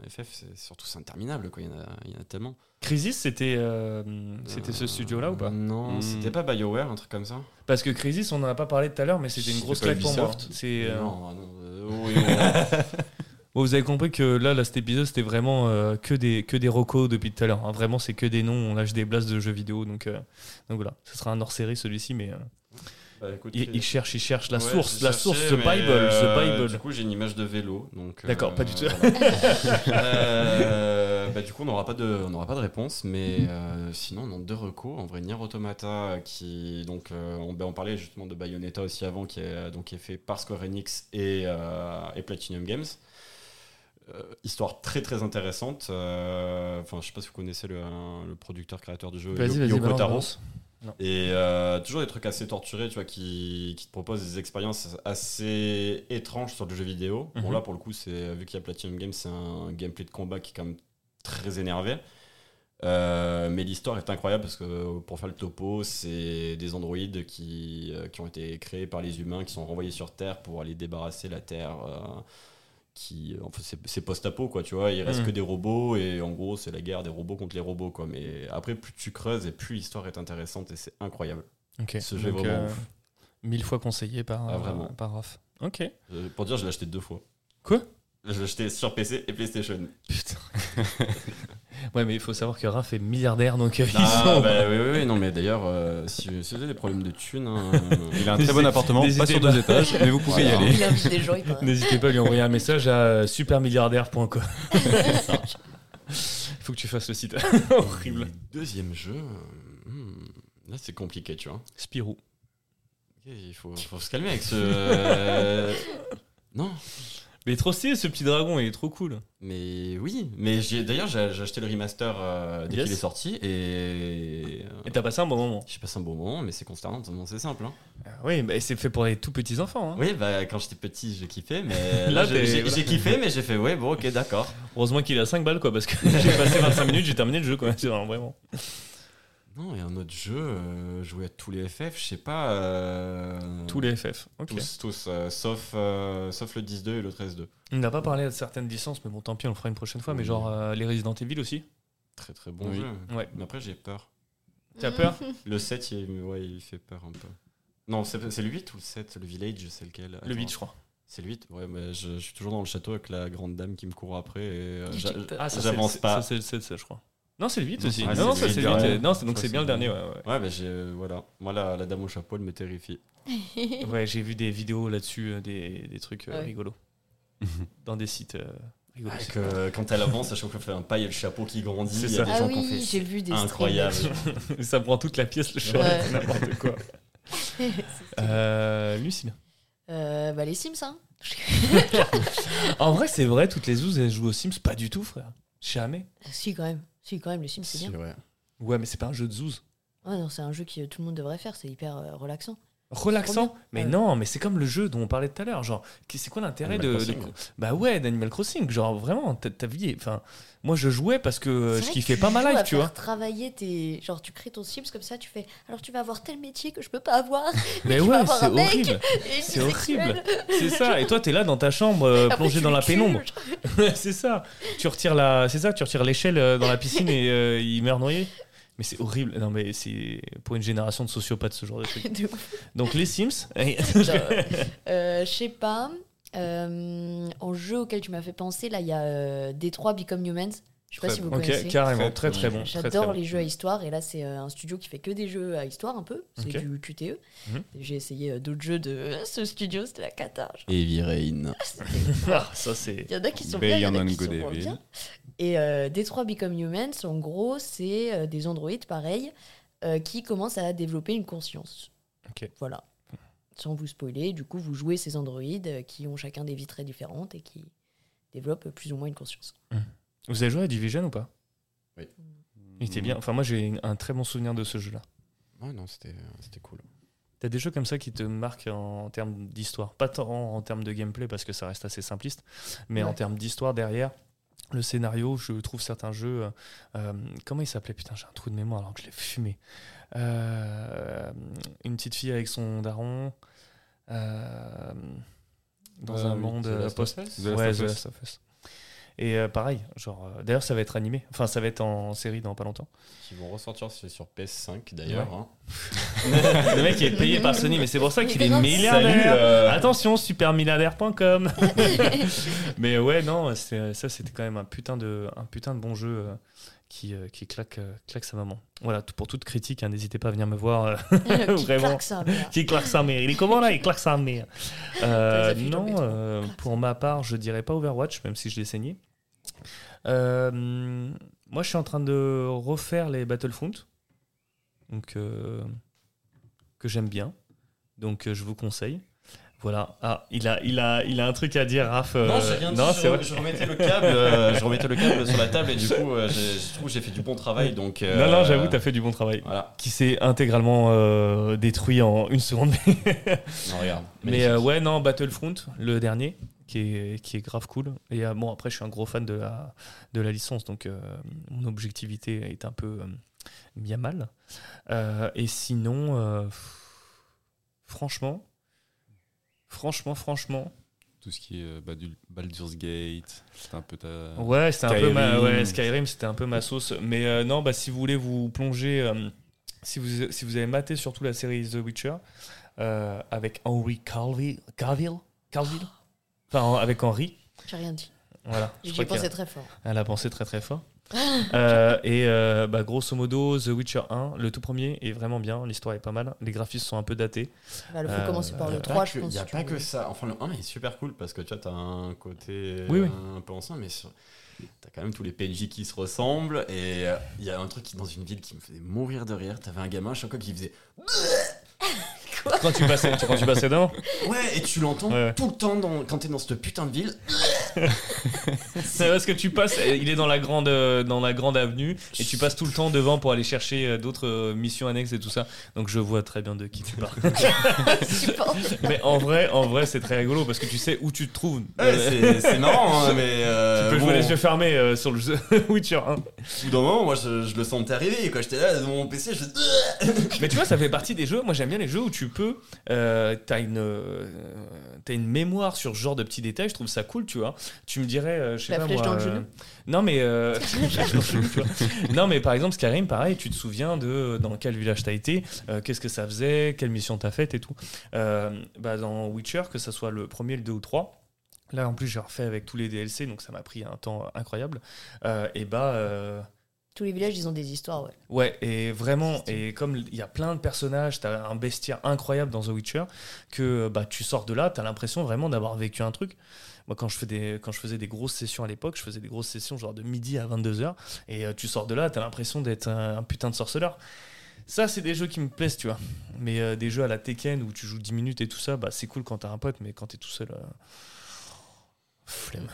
[SPEAKER 4] FF, c'est surtout c'est interminable quoi, il y en a, il y en a tellement.
[SPEAKER 3] Crisis, c'était euh, c'était ce
[SPEAKER 4] Euh,
[SPEAKER 3] studio-là ou pas
[SPEAKER 4] Non,
[SPEAKER 5] Hmm.
[SPEAKER 4] c'était pas BioWare un truc comme ça.
[SPEAKER 3] Parce que Crisis, on en a pas parlé tout à l'heure, mais c'était une
[SPEAKER 4] C'était
[SPEAKER 3] grosse
[SPEAKER 4] pas
[SPEAKER 3] claque pour moi.
[SPEAKER 4] Ubisoft
[SPEAKER 3] C'est. euh,
[SPEAKER 4] Non, non, euh,
[SPEAKER 3] [LAUGHS]
[SPEAKER 4] oui, oui,
[SPEAKER 3] Bon, vous avez compris que là, là cet épisode, c'était vraiment euh, que des que des recos depuis tout à l'heure. hein. Vraiment, c'est que des noms. On lâche des blasts de jeux vidéo, donc euh, donc voilà. Ce sera un hors série celui-ci, mais euh,
[SPEAKER 4] oui. Bah, écoute,
[SPEAKER 3] il, il
[SPEAKER 4] c'est-
[SPEAKER 3] cherche, il cherche la
[SPEAKER 4] Ouais,
[SPEAKER 3] source,
[SPEAKER 4] j'ai
[SPEAKER 3] la
[SPEAKER 4] cherché,
[SPEAKER 3] source, the
[SPEAKER 4] mais,
[SPEAKER 3] Bible,
[SPEAKER 4] euh,
[SPEAKER 3] the Bible.
[SPEAKER 4] Du coup, j'ai une image de vélo, donc. euh,
[SPEAKER 3] D'accord, pas du tout.
[SPEAKER 4] voilà. Euh, bah, du coup, on n'aura pas de, on n'aura pas de réponse, mais euh, sinon, on a deux recos. En vrai, Nier Automata, qui donc, euh, on, bah, on parlait justement de Bayonetta aussi avant, qui est euh, donc qui est fait par Square Enix et, euh, et Platinum Games. Euh, histoire très très intéressante. Euh, Enfin, je sais pas si vous connaissez le, le producteur créateur du jeu,
[SPEAKER 3] Vas-y, vas-y,
[SPEAKER 4] Yoko
[SPEAKER 3] balance,
[SPEAKER 4] Taro.
[SPEAKER 3] balance.
[SPEAKER 4] Et euh, toujours des trucs assez torturés, tu vois, qui, qui te proposent des expériences assez étranges sur le jeu vidéo.
[SPEAKER 3] Mhm.
[SPEAKER 4] Bon, là, pour le coup, c'est vu qu'il y a Platinum Games, c'est un gameplay de combat qui est quand même très énervé. Euh, mais l'histoire est incroyable parce que pour faire le topo, c'est des androïdes qui, euh, qui ont été créés par les humains, qui sont renvoyés sur Terre pour aller débarrasser la Terre. euh, qui, euh, enfin, c'est c'est post-apo, quoi, tu vois. Il reste
[SPEAKER 5] Mmh.
[SPEAKER 3] Mhm.
[SPEAKER 4] que des robots et en gros, c'est la guerre des robots contre les robots, quoi. Mais après, plus tu creuses et plus l'histoire est intéressante et c'est incroyable.
[SPEAKER 3] Ok.
[SPEAKER 4] Ce jeu est
[SPEAKER 3] Donc,
[SPEAKER 4] vraiment
[SPEAKER 3] euh,
[SPEAKER 4] ouf.
[SPEAKER 3] mille fois conseillé par euh,
[SPEAKER 4] Ah, vraiment.
[SPEAKER 3] par Raph. Ok.
[SPEAKER 4] Euh, Pour dire, je l'ai acheté deux fois.
[SPEAKER 3] Quoi
[SPEAKER 4] Je l'ai acheté sur PC
[SPEAKER 5] [LAUGHS]
[SPEAKER 4] et PlayStation.
[SPEAKER 3] Putain. [LAUGHS] ouais, mais il faut savoir que Raph est milliardaire, donc euh, ils
[SPEAKER 4] Ah,
[SPEAKER 3] sont-
[SPEAKER 4] bah, oui, oui, oui, non, mais d'ailleurs, euh, si, si vous avez des problèmes de thunes, hein,
[SPEAKER 5] [LAUGHS] Il a un
[SPEAKER 3] N'hésitez-
[SPEAKER 5] très bon appartement, pas
[SPEAKER 3] n'hésitez
[SPEAKER 5] sur
[SPEAKER 3] pas.
[SPEAKER 5] deux étages,
[SPEAKER 3] [LAUGHS]
[SPEAKER 5] mais vous pouvez y
[SPEAKER 4] Voilà.
[SPEAKER 2] [LAUGHS]
[SPEAKER 5] aller.
[SPEAKER 2] Il invite des gens, il paraît.
[SPEAKER 3] N'hésitez pas à lui envoyer un message à supermilliardaire.com. Il faut que tu fasses le site. Horrible.
[SPEAKER 4] Le Deuxième jeu, euh, hmm, là, c'est compliqué, tu vois.
[SPEAKER 3] Spirou.
[SPEAKER 4] Ok, Il faut, faut se calmer avec ce. euh,
[SPEAKER 3] [LAUGHS]
[SPEAKER 4] Non,
[SPEAKER 3] Mais il est trop stylé ce petit dragon, il est trop cool.
[SPEAKER 4] mais oui. Mais j'ai- d'ailleurs, j'ai j'ai acheté le remaster euh, dès
[SPEAKER 3] Yes.
[SPEAKER 4] qu'il est sorti et. euh,
[SPEAKER 3] Et t'as passé un bon moment.
[SPEAKER 4] Je passe un bon moment, mais c'est consternant, non, c'est simple. hein.
[SPEAKER 3] Ah Oui, mais c'est fait pour les tout petits enfants. hein.
[SPEAKER 4] Oui, bah quand j'étais petit, j'ai
[SPEAKER 3] [LAUGHS]
[SPEAKER 4] kiffé, mais
[SPEAKER 3] Là,
[SPEAKER 4] là, j'ai-
[SPEAKER 3] t'es-
[SPEAKER 4] j'ai
[SPEAKER 3] voilà.
[SPEAKER 4] j'ai kiffé, mais j'ai fait, ouais, bon, ok,
[SPEAKER 3] [LAUGHS]
[SPEAKER 4] d'accord.
[SPEAKER 3] Heureusement qu'il a 5 balles, quoi, parce que [LAUGHS] j'ai passé 25 minutes, j'ai terminé le jeu, quoi. C'est vraiment- vraiment.
[SPEAKER 4] Non, et un autre jeu, euh, jouer à tous les FF, je sais pas. euh,
[SPEAKER 3] Tous les FF. Ok.
[SPEAKER 4] Tous, tous, euh, sauf, euh, sauf le 10-2 et le 13-2.
[SPEAKER 3] On n'a pas parlé de certaines licences, mais bon, tant pis, on le fera une prochaine fois. Mais
[SPEAKER 4] Oui.
[SPEAKER 3] genre euh, les Resident Evil aussi.
[SPEAKER 4] Très très bon
[SPEAKER 5] Oui.
[SPEAKER 4] jeu.
[SPEAKER 3] Ouais.
[SPEAKER 4] Mais après, j'ai peur.
[SPEAKER 3] T'as peur
[SPEAKER 4] Le 7, il, ouais, il fait peur un peu. Non, c'est c'est le 8 ou le 7 Le Village, c'est lequel
[SPEAKER 3] Le
[SPEAKER 4] Attends.
[SPEAKER 3] 8, je crois.
[SPEAKER 4] C'est le 8 Ouais, mais je, je suis toujours dans le château avec la grande dame qui me court après. Et,
[SPEAKER 2] [LAUGHS]
[SPEAKER 4] euh,
[SPEAKER 2] J'ai
[SPEAKER 4] j'a-
[SPEAKER 2] peur.
[SPEAKER 3] Ah, ça, c'est
[SPEAKER 4] J'avance
[SPEAKER 3] le-
[SPEAKER 4] pas.
[SPEAKER 3] Ça, c'est le 7, ça, je crois. Non, c'est le 8
[SPEAKER 4] Non,
[SPEAKER 3] aussi.
[SPEAKER 4] ah,
[SPEAKER 3] non, non, ça, c'est le 8.
[SPEAKER 4] dernier.
[SPEAKER 3] Non, c'est- donc
[SPEAKER 4] Je
[SPEAKER 3] c'est bien le
[SPEAKER 4] crois que
[SPEAKER 3] dernier,
[SPEAKER 4] c'est
[SPEAKER 3] ouais, ouais.
[SPEAKER 4] Ouais, bah j'ai. euh, voilà. Moi, la, la dame au chapeau, elle me terrifie.
[SPEAKER 3] Ouais, j'ai vu des vidéos là-dessus, euh, des, des trucs euh,
[SPEAKER 2] Ouais.
[SPEAKER 3] rigolos. [LAUGHS] Dans des sites euh, rigolos.
[SPEAKER 4] Avec, euh, quand elle avance, à chaque fois qu'elle fait un pas, il y a le chapeau qui grandit.
[SPEAKER 3] C'est
[SPEAKER 4] il y
[SPEAKER 3] ça.
[SPEAKER 4] a des
[SPEAKER 2] Ah
[SPEAKER 4] gens qui ont
[SPEAKER 2] oui, j'ai
[SPEAKER 4] fait.
[SPEAKER 2] vu des
[SPEAKER 4] Incroyable.
[SPEAKER 3] [LAUGHS] [LAUGHS]
[SPEAKER 2] [LAUGHS]
[SPEAKER 3] ça prend toute la pièce, le chat,
[SPEAKER 2] Ouais.
[SPEAKER 3] c'est [LAUGHS] n'importe quoi.
[SPEAKER 2] streams.
[SPEAKER 3] Euh, Lucille.
[SPEAKER 2] Euh, bah, les Sims, hein.
[SPEAKER 3] En vrai, c'est vrai, toutes les ouzes, elles jouent aux Sims Pas du tout, frère. Jamais.
[SPEAKER 2] Si, quand même. Si, quand même, les Sims, c'est bien.
[SPEAKER 4] ouais.
[SPEAKER 3] Ouais, mais c'est pas un jeu de zouz.
[SPEAKER 2] Ouais, non, c'est un jeu que euh, tout le monde devrait faire, c'est hyper euh, relaxant. C'est
[SPEAKER 3] Relaxant.
[SPEAKER 2] trop bien.
[SPEAKER 3] Mais
[SPEAKER 2] Ouais.
[SPEAKER 3] non, mais c'est comme le jeu dont on parlait tout à l'heure. Genre, qui- c'est quoi l'intérêt de,
[SPEAKER 4] Animal
[SPEAKER 3] de-
[SPEAKER 4] Crossing.
[SPEAKER 3] Bah ouais, d'Animal Crossing. Genre, vraiment, ta, ta vie. est- Enfin, moi, je jouais parce que euh,
[SPEAKER 2] C'est
[SPEAKER 3] je
[SPEAKER 2] vrai
[SPEAKER 3] kiffais
[SPEAKER 2] que
[SPEAKER 3] pas ma
[SPEAKER 2] joues à
[SPEAKER 3] life, tu
[SPEAKER 2] faire [LAUGHS]
[SPEAKER 3] vois.
[SPEAKER 2] Travailler tes. Genre, tu crées ton Sims comme ça, tu fais. Alors, tu vas avoir tel métier que je peux pas
[SPEAKER 3] [LAUGHS]
[SPEAKER 2] avoir.
[SPEAKER 3] Mais
[SPEAKER 2] tu vas
[SPEAKER 3] ouais,
[SPEAKER 2] avoir
[SPEAKER 3] c'est
[SPEAKER 2] un mec.
[SPEAKER 3] horrible.
[SPEAKER 2] et
[SPEAKER 3] C'est
[SPEAKER 2] bisexuel.
[SPEAKER 3] horrible. C'est ça. Et toi, t'es là dans ta
[SPEAKER 2] [LAUGHS]
[SPEAKER 3] chambre, euh,
[SPEAKER 2] Après,
[SPEAKER 3] plongée
[SPEAKER 2] Ah, tu
[SPEAKER 3] dans
[SPEAKER 2] le
[SPEAKER 3] la
[SPEAKER 2] tues,
[SPEAKER 3] pénombre.
[SPEAKER 2] genre.
[SPEAKER 3] [LAUGHS] c'est ça. Tu retires la, c'est ça. Tu retires l'échelle euh, dans la piscine et euh, il meurt noyé. Mais c'est horrible. Non, mais c'est pour une génération de [LAUGHS] sociopathes ce genre de truc.
[SPEAKER 2] De ouf.
[SPEAKER 3] Donc les Sims.
[SPEAKER 2] Genre, euh, Je sais pas. Euh, en jeu auquel tu m'as fait penser, là, il y a euh, Détroit Become Humans. Je sais pas
[SPEAKER 5] Très
[SPEAKER 2] si vous
[SPEAKER 5] bon.
[SPEAKER 3] Ok,
[SPEAKER 2] connaissez.
[SPEAKER 3] carrément,
[SPEAKER 5] Très,
[SPEAKER 3] très
[SPEAKER 5] très
[SPEAKER 3] très bon. très, très
[SPEAKER 2] J'adore
[SPEAKER 3] bon.
[SPEAKER 2] les jeux à histoire et là c'est euh, un studio qui fait que des jeux à histoire un peu, c'est
[SPEAKER 3] Ok.
[SPEAKER 2] du QTE.
[SPEAKER 3] Mhm.
[SPEAKER 2] J'ai essayé euh, d'autres jeux de [LAUGHS] euh, ce studio, c'était la cata. genre.
[SPEAKER 4] Heavy Rain.
[SPEAKER 3] Ah, ça c'est.
[SPEAKER 2] Il y en a qui sont bien, il y
[SPEAKER 5] Bay
[SPEAKER 2] en a
[SPEAKER 5] on
[SPEAKER 2] qui sont
[SPEAKER 5] Good
[SPEAKER 2] moins
[SPEAKER 5] Evil.
[SPEAKER 2] bien. Et euh, Detroit Become Humans, en gros, c'est euh, des androïdes pareil euh, qui commencent à développer une conscience.
[SPEAKER 3] Ok.
[SPEAKER 2] Voilà. Sans vous spoiler, du coup, vous jouez ces androïdes euh, qui ont chacun des vies très différentes et qui développent plus ou moins une conscience.
[SPEAKER 3] Vous avez joué à Division ou pas Il était
[SPEAKER 5] Mm.
[SPEAKER 3] bien. Enfin, moi j'ai un très bon souvenir de ce jeu-là.
[SPEAKER 4] Ouais, non, c'était euh, c'était cool.
[SPEAKER 3] T'as des jeux comme ça qui te marquent en termes d'histoire, pas tant en termes de gameplay parce que ça reste assez simpliste, mais en
[SPEAKER 2] Ouais.
[SPEAKER 3] termes d'histoire derrière. Le scénario, je trouve certains jeux. euh, euh, comment il s'appelait Putain, j'ai un trou de mémoire alors que je l'ai fumé. Euh, une petite fille avec son daron euh, dans
[SPEAKER 4] Euh,
[SPEAKER 3] un
[SPEAKER 4] oui,
[SPEAKER 3] monde
[SPEAKER 4] The Last
[SPEAKER 3] euh,
[SPEAKER 4] of
[SPEAKER 3] post.
[SPEAKER 4] Us
[SPEAKER 5] Ah The Last
[SPEAKER 3] Ouais,
[SPEAKER 5] of
[SPEAKER 3] The
[SPEAKER 5] Us.
[SPEAKER 3] Last of Us. Et euh, pareil, genre. euh, D'ailleurs, ça va être animé. Enfin, ça va être en série dans pas longtemps.
[SPEAKER 4] Qui vont ressortir c'est sur PS5 d'ailleurs.
[SPEAKER 3] Ouais.
[SPEAKER 4] hein.
[SPEAKER 3] [LAUGHS] Le mec est payé par Sony, mais c'est pour
[SPEAKER 2] [LAUGHS]
[SPEAKER 3] ça qu'il est
[SPEAKER 2] Grâce.
[SPEAKER 3] milliardaire. Ah,
[SPEAKER 4] Salut, euh,
[SPEAKER 3] Attention, supermilliardaire.com. Mais ouais, non, c'est- ça c'était quand même un putain de, un putain de bon jeu euh, qui, euh, qui claque, euh, claque sa maman. Voilà, tout- pour toute critique, hein, n'hésitez pas à venir me voir. euh, [LAUGHS]
[SPEAKER 2] Qui
[SPEAKER 3] Vraiment.
[SPEAKER 2] claque ça, voilà.
[SPEAKER 3] qui claque sa mère Il est comment là Il claque sa mère. Euh,
[SPEAKER 2] T'as les appuis
[SPEAKER 3] non,
[SPEAKER 2] tombés, toi.
[SPEAKER 3] euh, pour ma part, je dirais pas Overwatch, même si je l'ai saigné. Euh, moi, je suis en train de refaire les Battlefront, donc euh, que j'aime bien. Donc, euh, je vous conseille. Voilà. Ah, il a, il a, il a un truc à dire, Raph. euh,
[SPEAKER 4] Non, j'ai rien dit,
[SPEAKER 3] non,
[SPEAKER 4] je,
[SPEAKER 3] c'est vrai.
[SPEAKER 4] je remettais le câble, euh, je remettais le câble sur la table et du coup, euh, j'ai- je trouve que j'ai fait du bon travail. Donc, euh,
[SPEAKER 3] Non, non, j'avoue, t'as fait du bon travail.
[SPEAKER 4] Voilà,
[SPEAKER 3] Qui s'est intégralement euh, détruit en une seconde.
[SPEAKER 4] non, regarde.
[SPEAKER 3] Mais euh, ouais, non, Battlefront, le dernier, qui est, qui est grave cool. Et euh, bon, après, je suis un gros fan de la, de la licence, donc euh, mon objectivité est un peu euh, mis à mal. Euh, et sinon, euh, pff, franchement, franchement, franchement,
[SPEAKER 5] Tout ce qui est euh, Badul- Baldur's Gate, c'est un peu ta.
[SPEAKER 3] ouais, c'était un peu ma,
[SPEAKER 5] Skyrim.
[SPEAKER 3] ouais, Skyrim, c'était un peu ma sauce. Mais euh, non, bah, si vous voulez vous plonger, euh, si, vous, si vous avez maté surtout la série The Witcher, euh, avec Henry Carville, Carville, Carville enfin en- avec Henry.
[SPEAKER 2] J'ai rien dit.
[SPEAKER 3] Voilà. je
[SPEAKER 2] J'y
[SPEAKER 3] crois
[SPEAKER 2] ai pensé
[SPEAKER 3] qu'elle-
[SPEAKER 2] très fort.
[SPEAKER 3] Elle a pensé très très fort. Euh, et euh, bah, grosso modo, The Witcher 1, le tout premier est vraiment bien, l'histoire est pas mal, les graphismes sont un peu datés.
[SPEAKER 2] Bah, Il faut
[SPEAKER 3] Euh,
[SPEAKER 2] commencer par
[SPEAKER 4] Il
[SPEAKER 2] le
[SPEAKER 4] n'y a,
[SPEAKER 2] 3,
[SPEAKER 4] pas
[SPEAKER 2] je
[SPEAKER 4] que,
[SPEAKER 2] pense.
[SPEAKER 4] y a
[SPEAKER 2] si
[SPEAKER 4] pas
[SPEAKER 2] tu veux.
[SPEAKER 4] que ça. Enfin, le 1 est super cool parce que tu vois, t'as un côté euh,
[SPEAKER 3] Oui, oui.
[SPEAKER 4] un peu ancien, mais sur- t'as quand même tous les PNJ qui se ressemblent. Et euh, il y a un truc qui, dans une ville qui me faisait mourir de rire. T'avais un gamin, chaque fois qui faisait
[SPEAKER 3] Quand tu passes, tu- quand tu passes dedans,
[SPEAKER 4] Ouais, et tu l'entends
[SPEAKER 3] Ouais.
[SPEAKER 4] tout le temps dans, quand t'es dans cette putain de ville.
[SPEAKER 3] c'est parce que tu passes, euh, il est dans la grande, euh, dans la grande avenue et tu passes tout le temps devant pour aller chercher euh, d'autres euh, missions annexes et tout ça. Donc je vois très bien de qui
[SPEAKER 4] [LAUGHS]
[SPEAKER 3] tu parles.
[SPEAKER 2] Tu penses
[SPEAKER 3] Mais en vrai, en vrai, c'est très rigolo parce que tu sais où tu te trouves.
[SPEAKER 4] Ouais,
[SPEAKER 3] Euh,
[SPEAKER 4] c'est- c'est marrant, hein, mais.
[SPEAKER 3] [LAUGHS] tu
[SPEAKER 4] euh,
[SPEAKER 3] peux jouer
[SPEAKER 4] bon.
[SPEAKER 3] les yeux fermés euh, sur le jeu [LAUGHS] Witcher 1.
[SPEAKER 4] bout d'un moment, moi, je, je le sentais arriver. Quand j'étais là, dans mon PC, je
[SPEAKER 3] [LAUGHS] Mais tu vois, ça fait partie des jeux. Moi, j'aime bien les jeux où tu peux. Euh, t'as une, euh, t'as une mémoire sur ce genre de petits détails. Je trouve ça cool, tu vois. Tu me dirais, euh, je sais
[SPEAKER 2] La
[SPEAKER 3] pas
[SPEAKER 2] flèche
[SPEAKER 3] moi,
[SPEAKER 2] dans le
[SPEAKER 3] euh,
[SPEAKER 2] genou.
[SPEAKER 3] Non,
[SPEAKER 2] [LAUGHS]
[SPEAKER 3] mais euh, [LAUGHS] la flèche dans le genou, tu vois. non, mais par exemple, Skyrim, pareil. Tu te souviens de dans quel village t'as été, euh, qu'est-ce que ça faisait, quelle mission t'as faite et tout. Euh, bah, dans Witcher, que ça soit le premier, le 2 ou 3 Là, en plus, j'ai refait avec tous les DLC, donc ça m'a pris un temps incroyable. Euh, et bah. euh,
[SPEAKER 2] Tous les villages, ils ont des histoires, ouais.
[SPEAKER 3] Ouais, et vraiment, et comme il y a plein de personnages, t'as un bestiaire incroyable dans The Witcher, que bah, tu sors de là, t'as l'impression vraiment d'avoir vécu un truc. Moi, quand je, fais des, quand je faisais des grosses sessions à l'époque, je faisais des grosses sessions genre de midi à 22h, et euh, tu sors de là, t'as l'impression d'être un, un putain de sorceleur. Ça, c'est des jeux qui me plaisent, tu vois. Mais euh, des jeux à la Tekken où tu joues 10 minutes et tout ça, bah, c'est cool quand t'as un pote, mais quand t'es tout seul. euh, Flemme.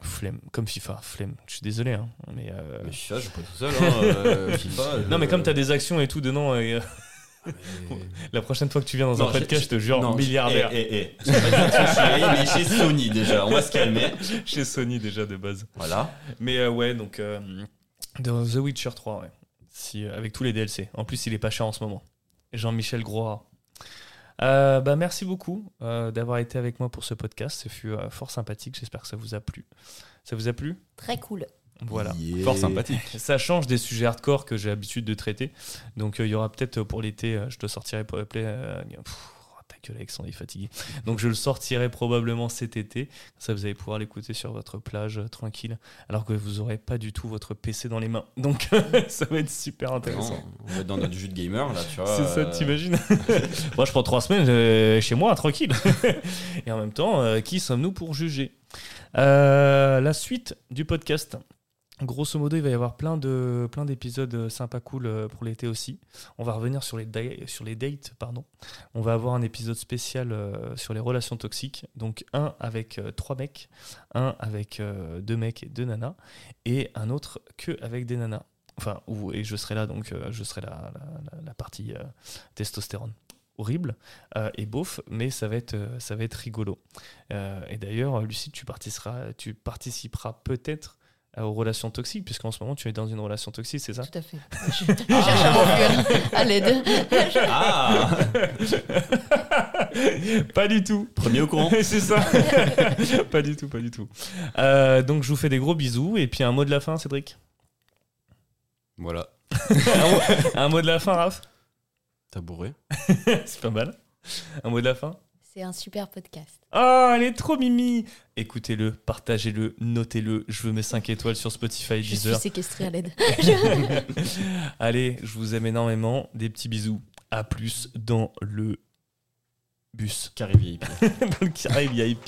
[SPEAKER 3] Flemme. Comme FIFA, flemme. Je suis désolé, hein, mais. euh,
[SPEAKER 4] Ah, Mais FIFA, je joue pas tout seul, hein,
[SPEAKER 3] [LAUGHS]
[SPEAKER 4] euh, FIFA.
[SPEAKER 3] non, mais comme
[SPEAKER 4] tu
[SPEAKER 3] t'as des actions et tout dedans, et, euh, la prochaine fois que tu viens dans un
[SPEAKER 4] Non, j'ai-
[SPEAKER 3] podcast, je te jure, milliardaire.
[SPEAKER 4] Eh, eh, eh. Je vais pas dire chez- mais chez Sony déjà, on va se calmer.
[SPEAKER 3] Chez Sony déjà de base.
[SPEAKER 4] Voilà.
[SPEAKER 3] eh. Mais euh, ouais, donc euh, dans The Witcher 3, ouais. Si, euh, avec tous les DLC. En plus, il est pas cher en ce moment. Jean-Michel Groa. Euh, bah, merci beaucoup euh, d'avoir été avec moi pour ce podcast. Ce fut euh, fort sympathique. J'espère que ça vous a plu. Ça vous a plu
[SPEAKER 2] Très cool.
[SPEAKER 3] Voilà.
[SPEAKER 5] Fort sympathique.
[SPEAKER 3] Ça change des sujets hardcore que j'ai l'habitude de traiter. Donc euh, il y aura peut-être euh, pour l'été, euh, je te sortirai pour appeler. euh, pff, ta gueule, Alexandre, il est fatigué. Donc je le sortirai probablement cet été. Comme Ça, vous allez pouvoir l'écouter sur votre plage euh, tranquille, alors que vous aurez pas du tout votre PC dans les mains. Donc [LAUGHS] ça va être super intéressant.
[SPEAKER 4] Non, on va être dans notre jus de gamer là, tu vois.
[SPEAKER 3] C'est ça,
[SPEAKER 4] euh,
[SPEAKER 3] t'imagines
[SPEAKER 4] [LAUGHS]
[SPEAKER 3] Moi, je prends trois semaines euh, chez moi, tranquille. Et en même temps, euh, qui sommes-nous pour juger Euh, La suite du podcast. Grosso modo, il va y avoir plein de plein d'épisodes sympa cool euh, pour l'été aussi. On va revenir sur les da- sur les dates, pardon. On va avoir un épisode spécial euh, sur les relations toxiques. Donc un avec euh, trois mecs, un avec euh, deux mecs et deux nanas, et un autre que avec des nanas. Enfin, où, et je serai là, donc euh, je serai la, la- la- la partie euh, testostérone horrible euh, et beauf, mais ça va être, euh, ça va être rigolo. Euh, et d'ailleurs, Lucie, tu participeras, tu participeras peut-être euh, aux relations toxiques, puisqu'en ce moment, tu es dans une relation
[SPEAKER 2] [LAUGHS]
[SPEAKER 3] toxique, c'est ça
[SPEAKER 2] Tout à fait. Je cherche à m'enfuir à l'aide.
[SPEAKER 4] Ah
[SPEAKER 3] Pas du tout
[SPEAKER 4] Premier au
[SPEAKER 3] [LAUGHS]
[SPEAKER 4] courant.
[SPEAKER 3] C'est ça Pas du tout, pas du tout. Euh, donc, je vous fais des gros bisous, et puis un mot de la fin, Cédric
[SPEAKER 5] Voilà.
[SPEAKER 3] un, mot, un mot de la fin, Raph
[SPEAKER 4] T'as bourré
[SPEAKER 3] [LAUGHS] C'est pas mal. Un mot de la fin
[SPEAKER 2] C'est un super podcast.
[SPEAKER 3] Ah, elle est trop mimi Écoutez-le, partagez-le, notez-le. Je veux mes 5 étoiles sur Spotify,
[SPEAKER 2] Je suis
[SPEAKER 3] Deezer.
[SPEAKER 2] séquestrée à l'aide.
[SPEAKER 3] [LAUGHS] Allez, je vous aime énormément. Des petits bisous. À plus dans le bus.
[SPEAKER 4] Carré VIP.
[SPEAKER 3] [LAUGHS] dans le carré VIP.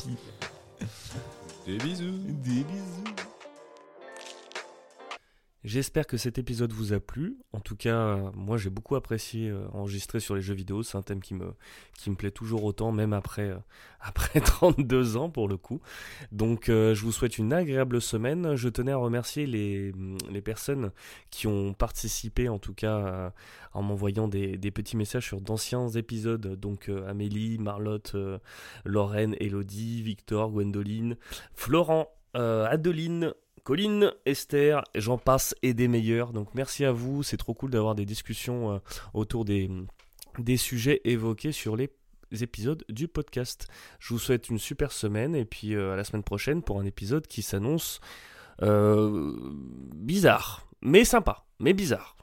[SPEAKER 5] Des bisous.
[SPEAKER 3] Des bisous.
[SPEAKER 1] J'espère que cet épisode vous a plu. En tout cas, euh, moi j'ai beaucoup apprécié euh, enregistrer sur les jeux vidéo. C'est un thème qui me, qui me plaît toujours autant, même après, euh, [LAUGHS] après 32 ans pour le coup. Donc euh, je vous souhaite une agréable semaine. Je tenais à remercier les, mm, les personnes qui ont participé, en tout cas euh, en m'envoyant des, des petits messages sur d'anciens épisodes. Donc euh, Amélie, Marlotte, euh, Lorraine, Elodie, Victor, Gwendoline, Florent, euh, Adeline, Colline, Esther, j'en passe et des meilleurs. Donc merci à vous, c'est trop cool d'avoir des discussions euh, autour des, des sujets évoqués sur les épisodes du podcast. Je vous souhaite une super semaine et puis euh, à la semaine prochaine pour un épisode qui s'annonce euh, bizarre, mais sympa, mais bizarre.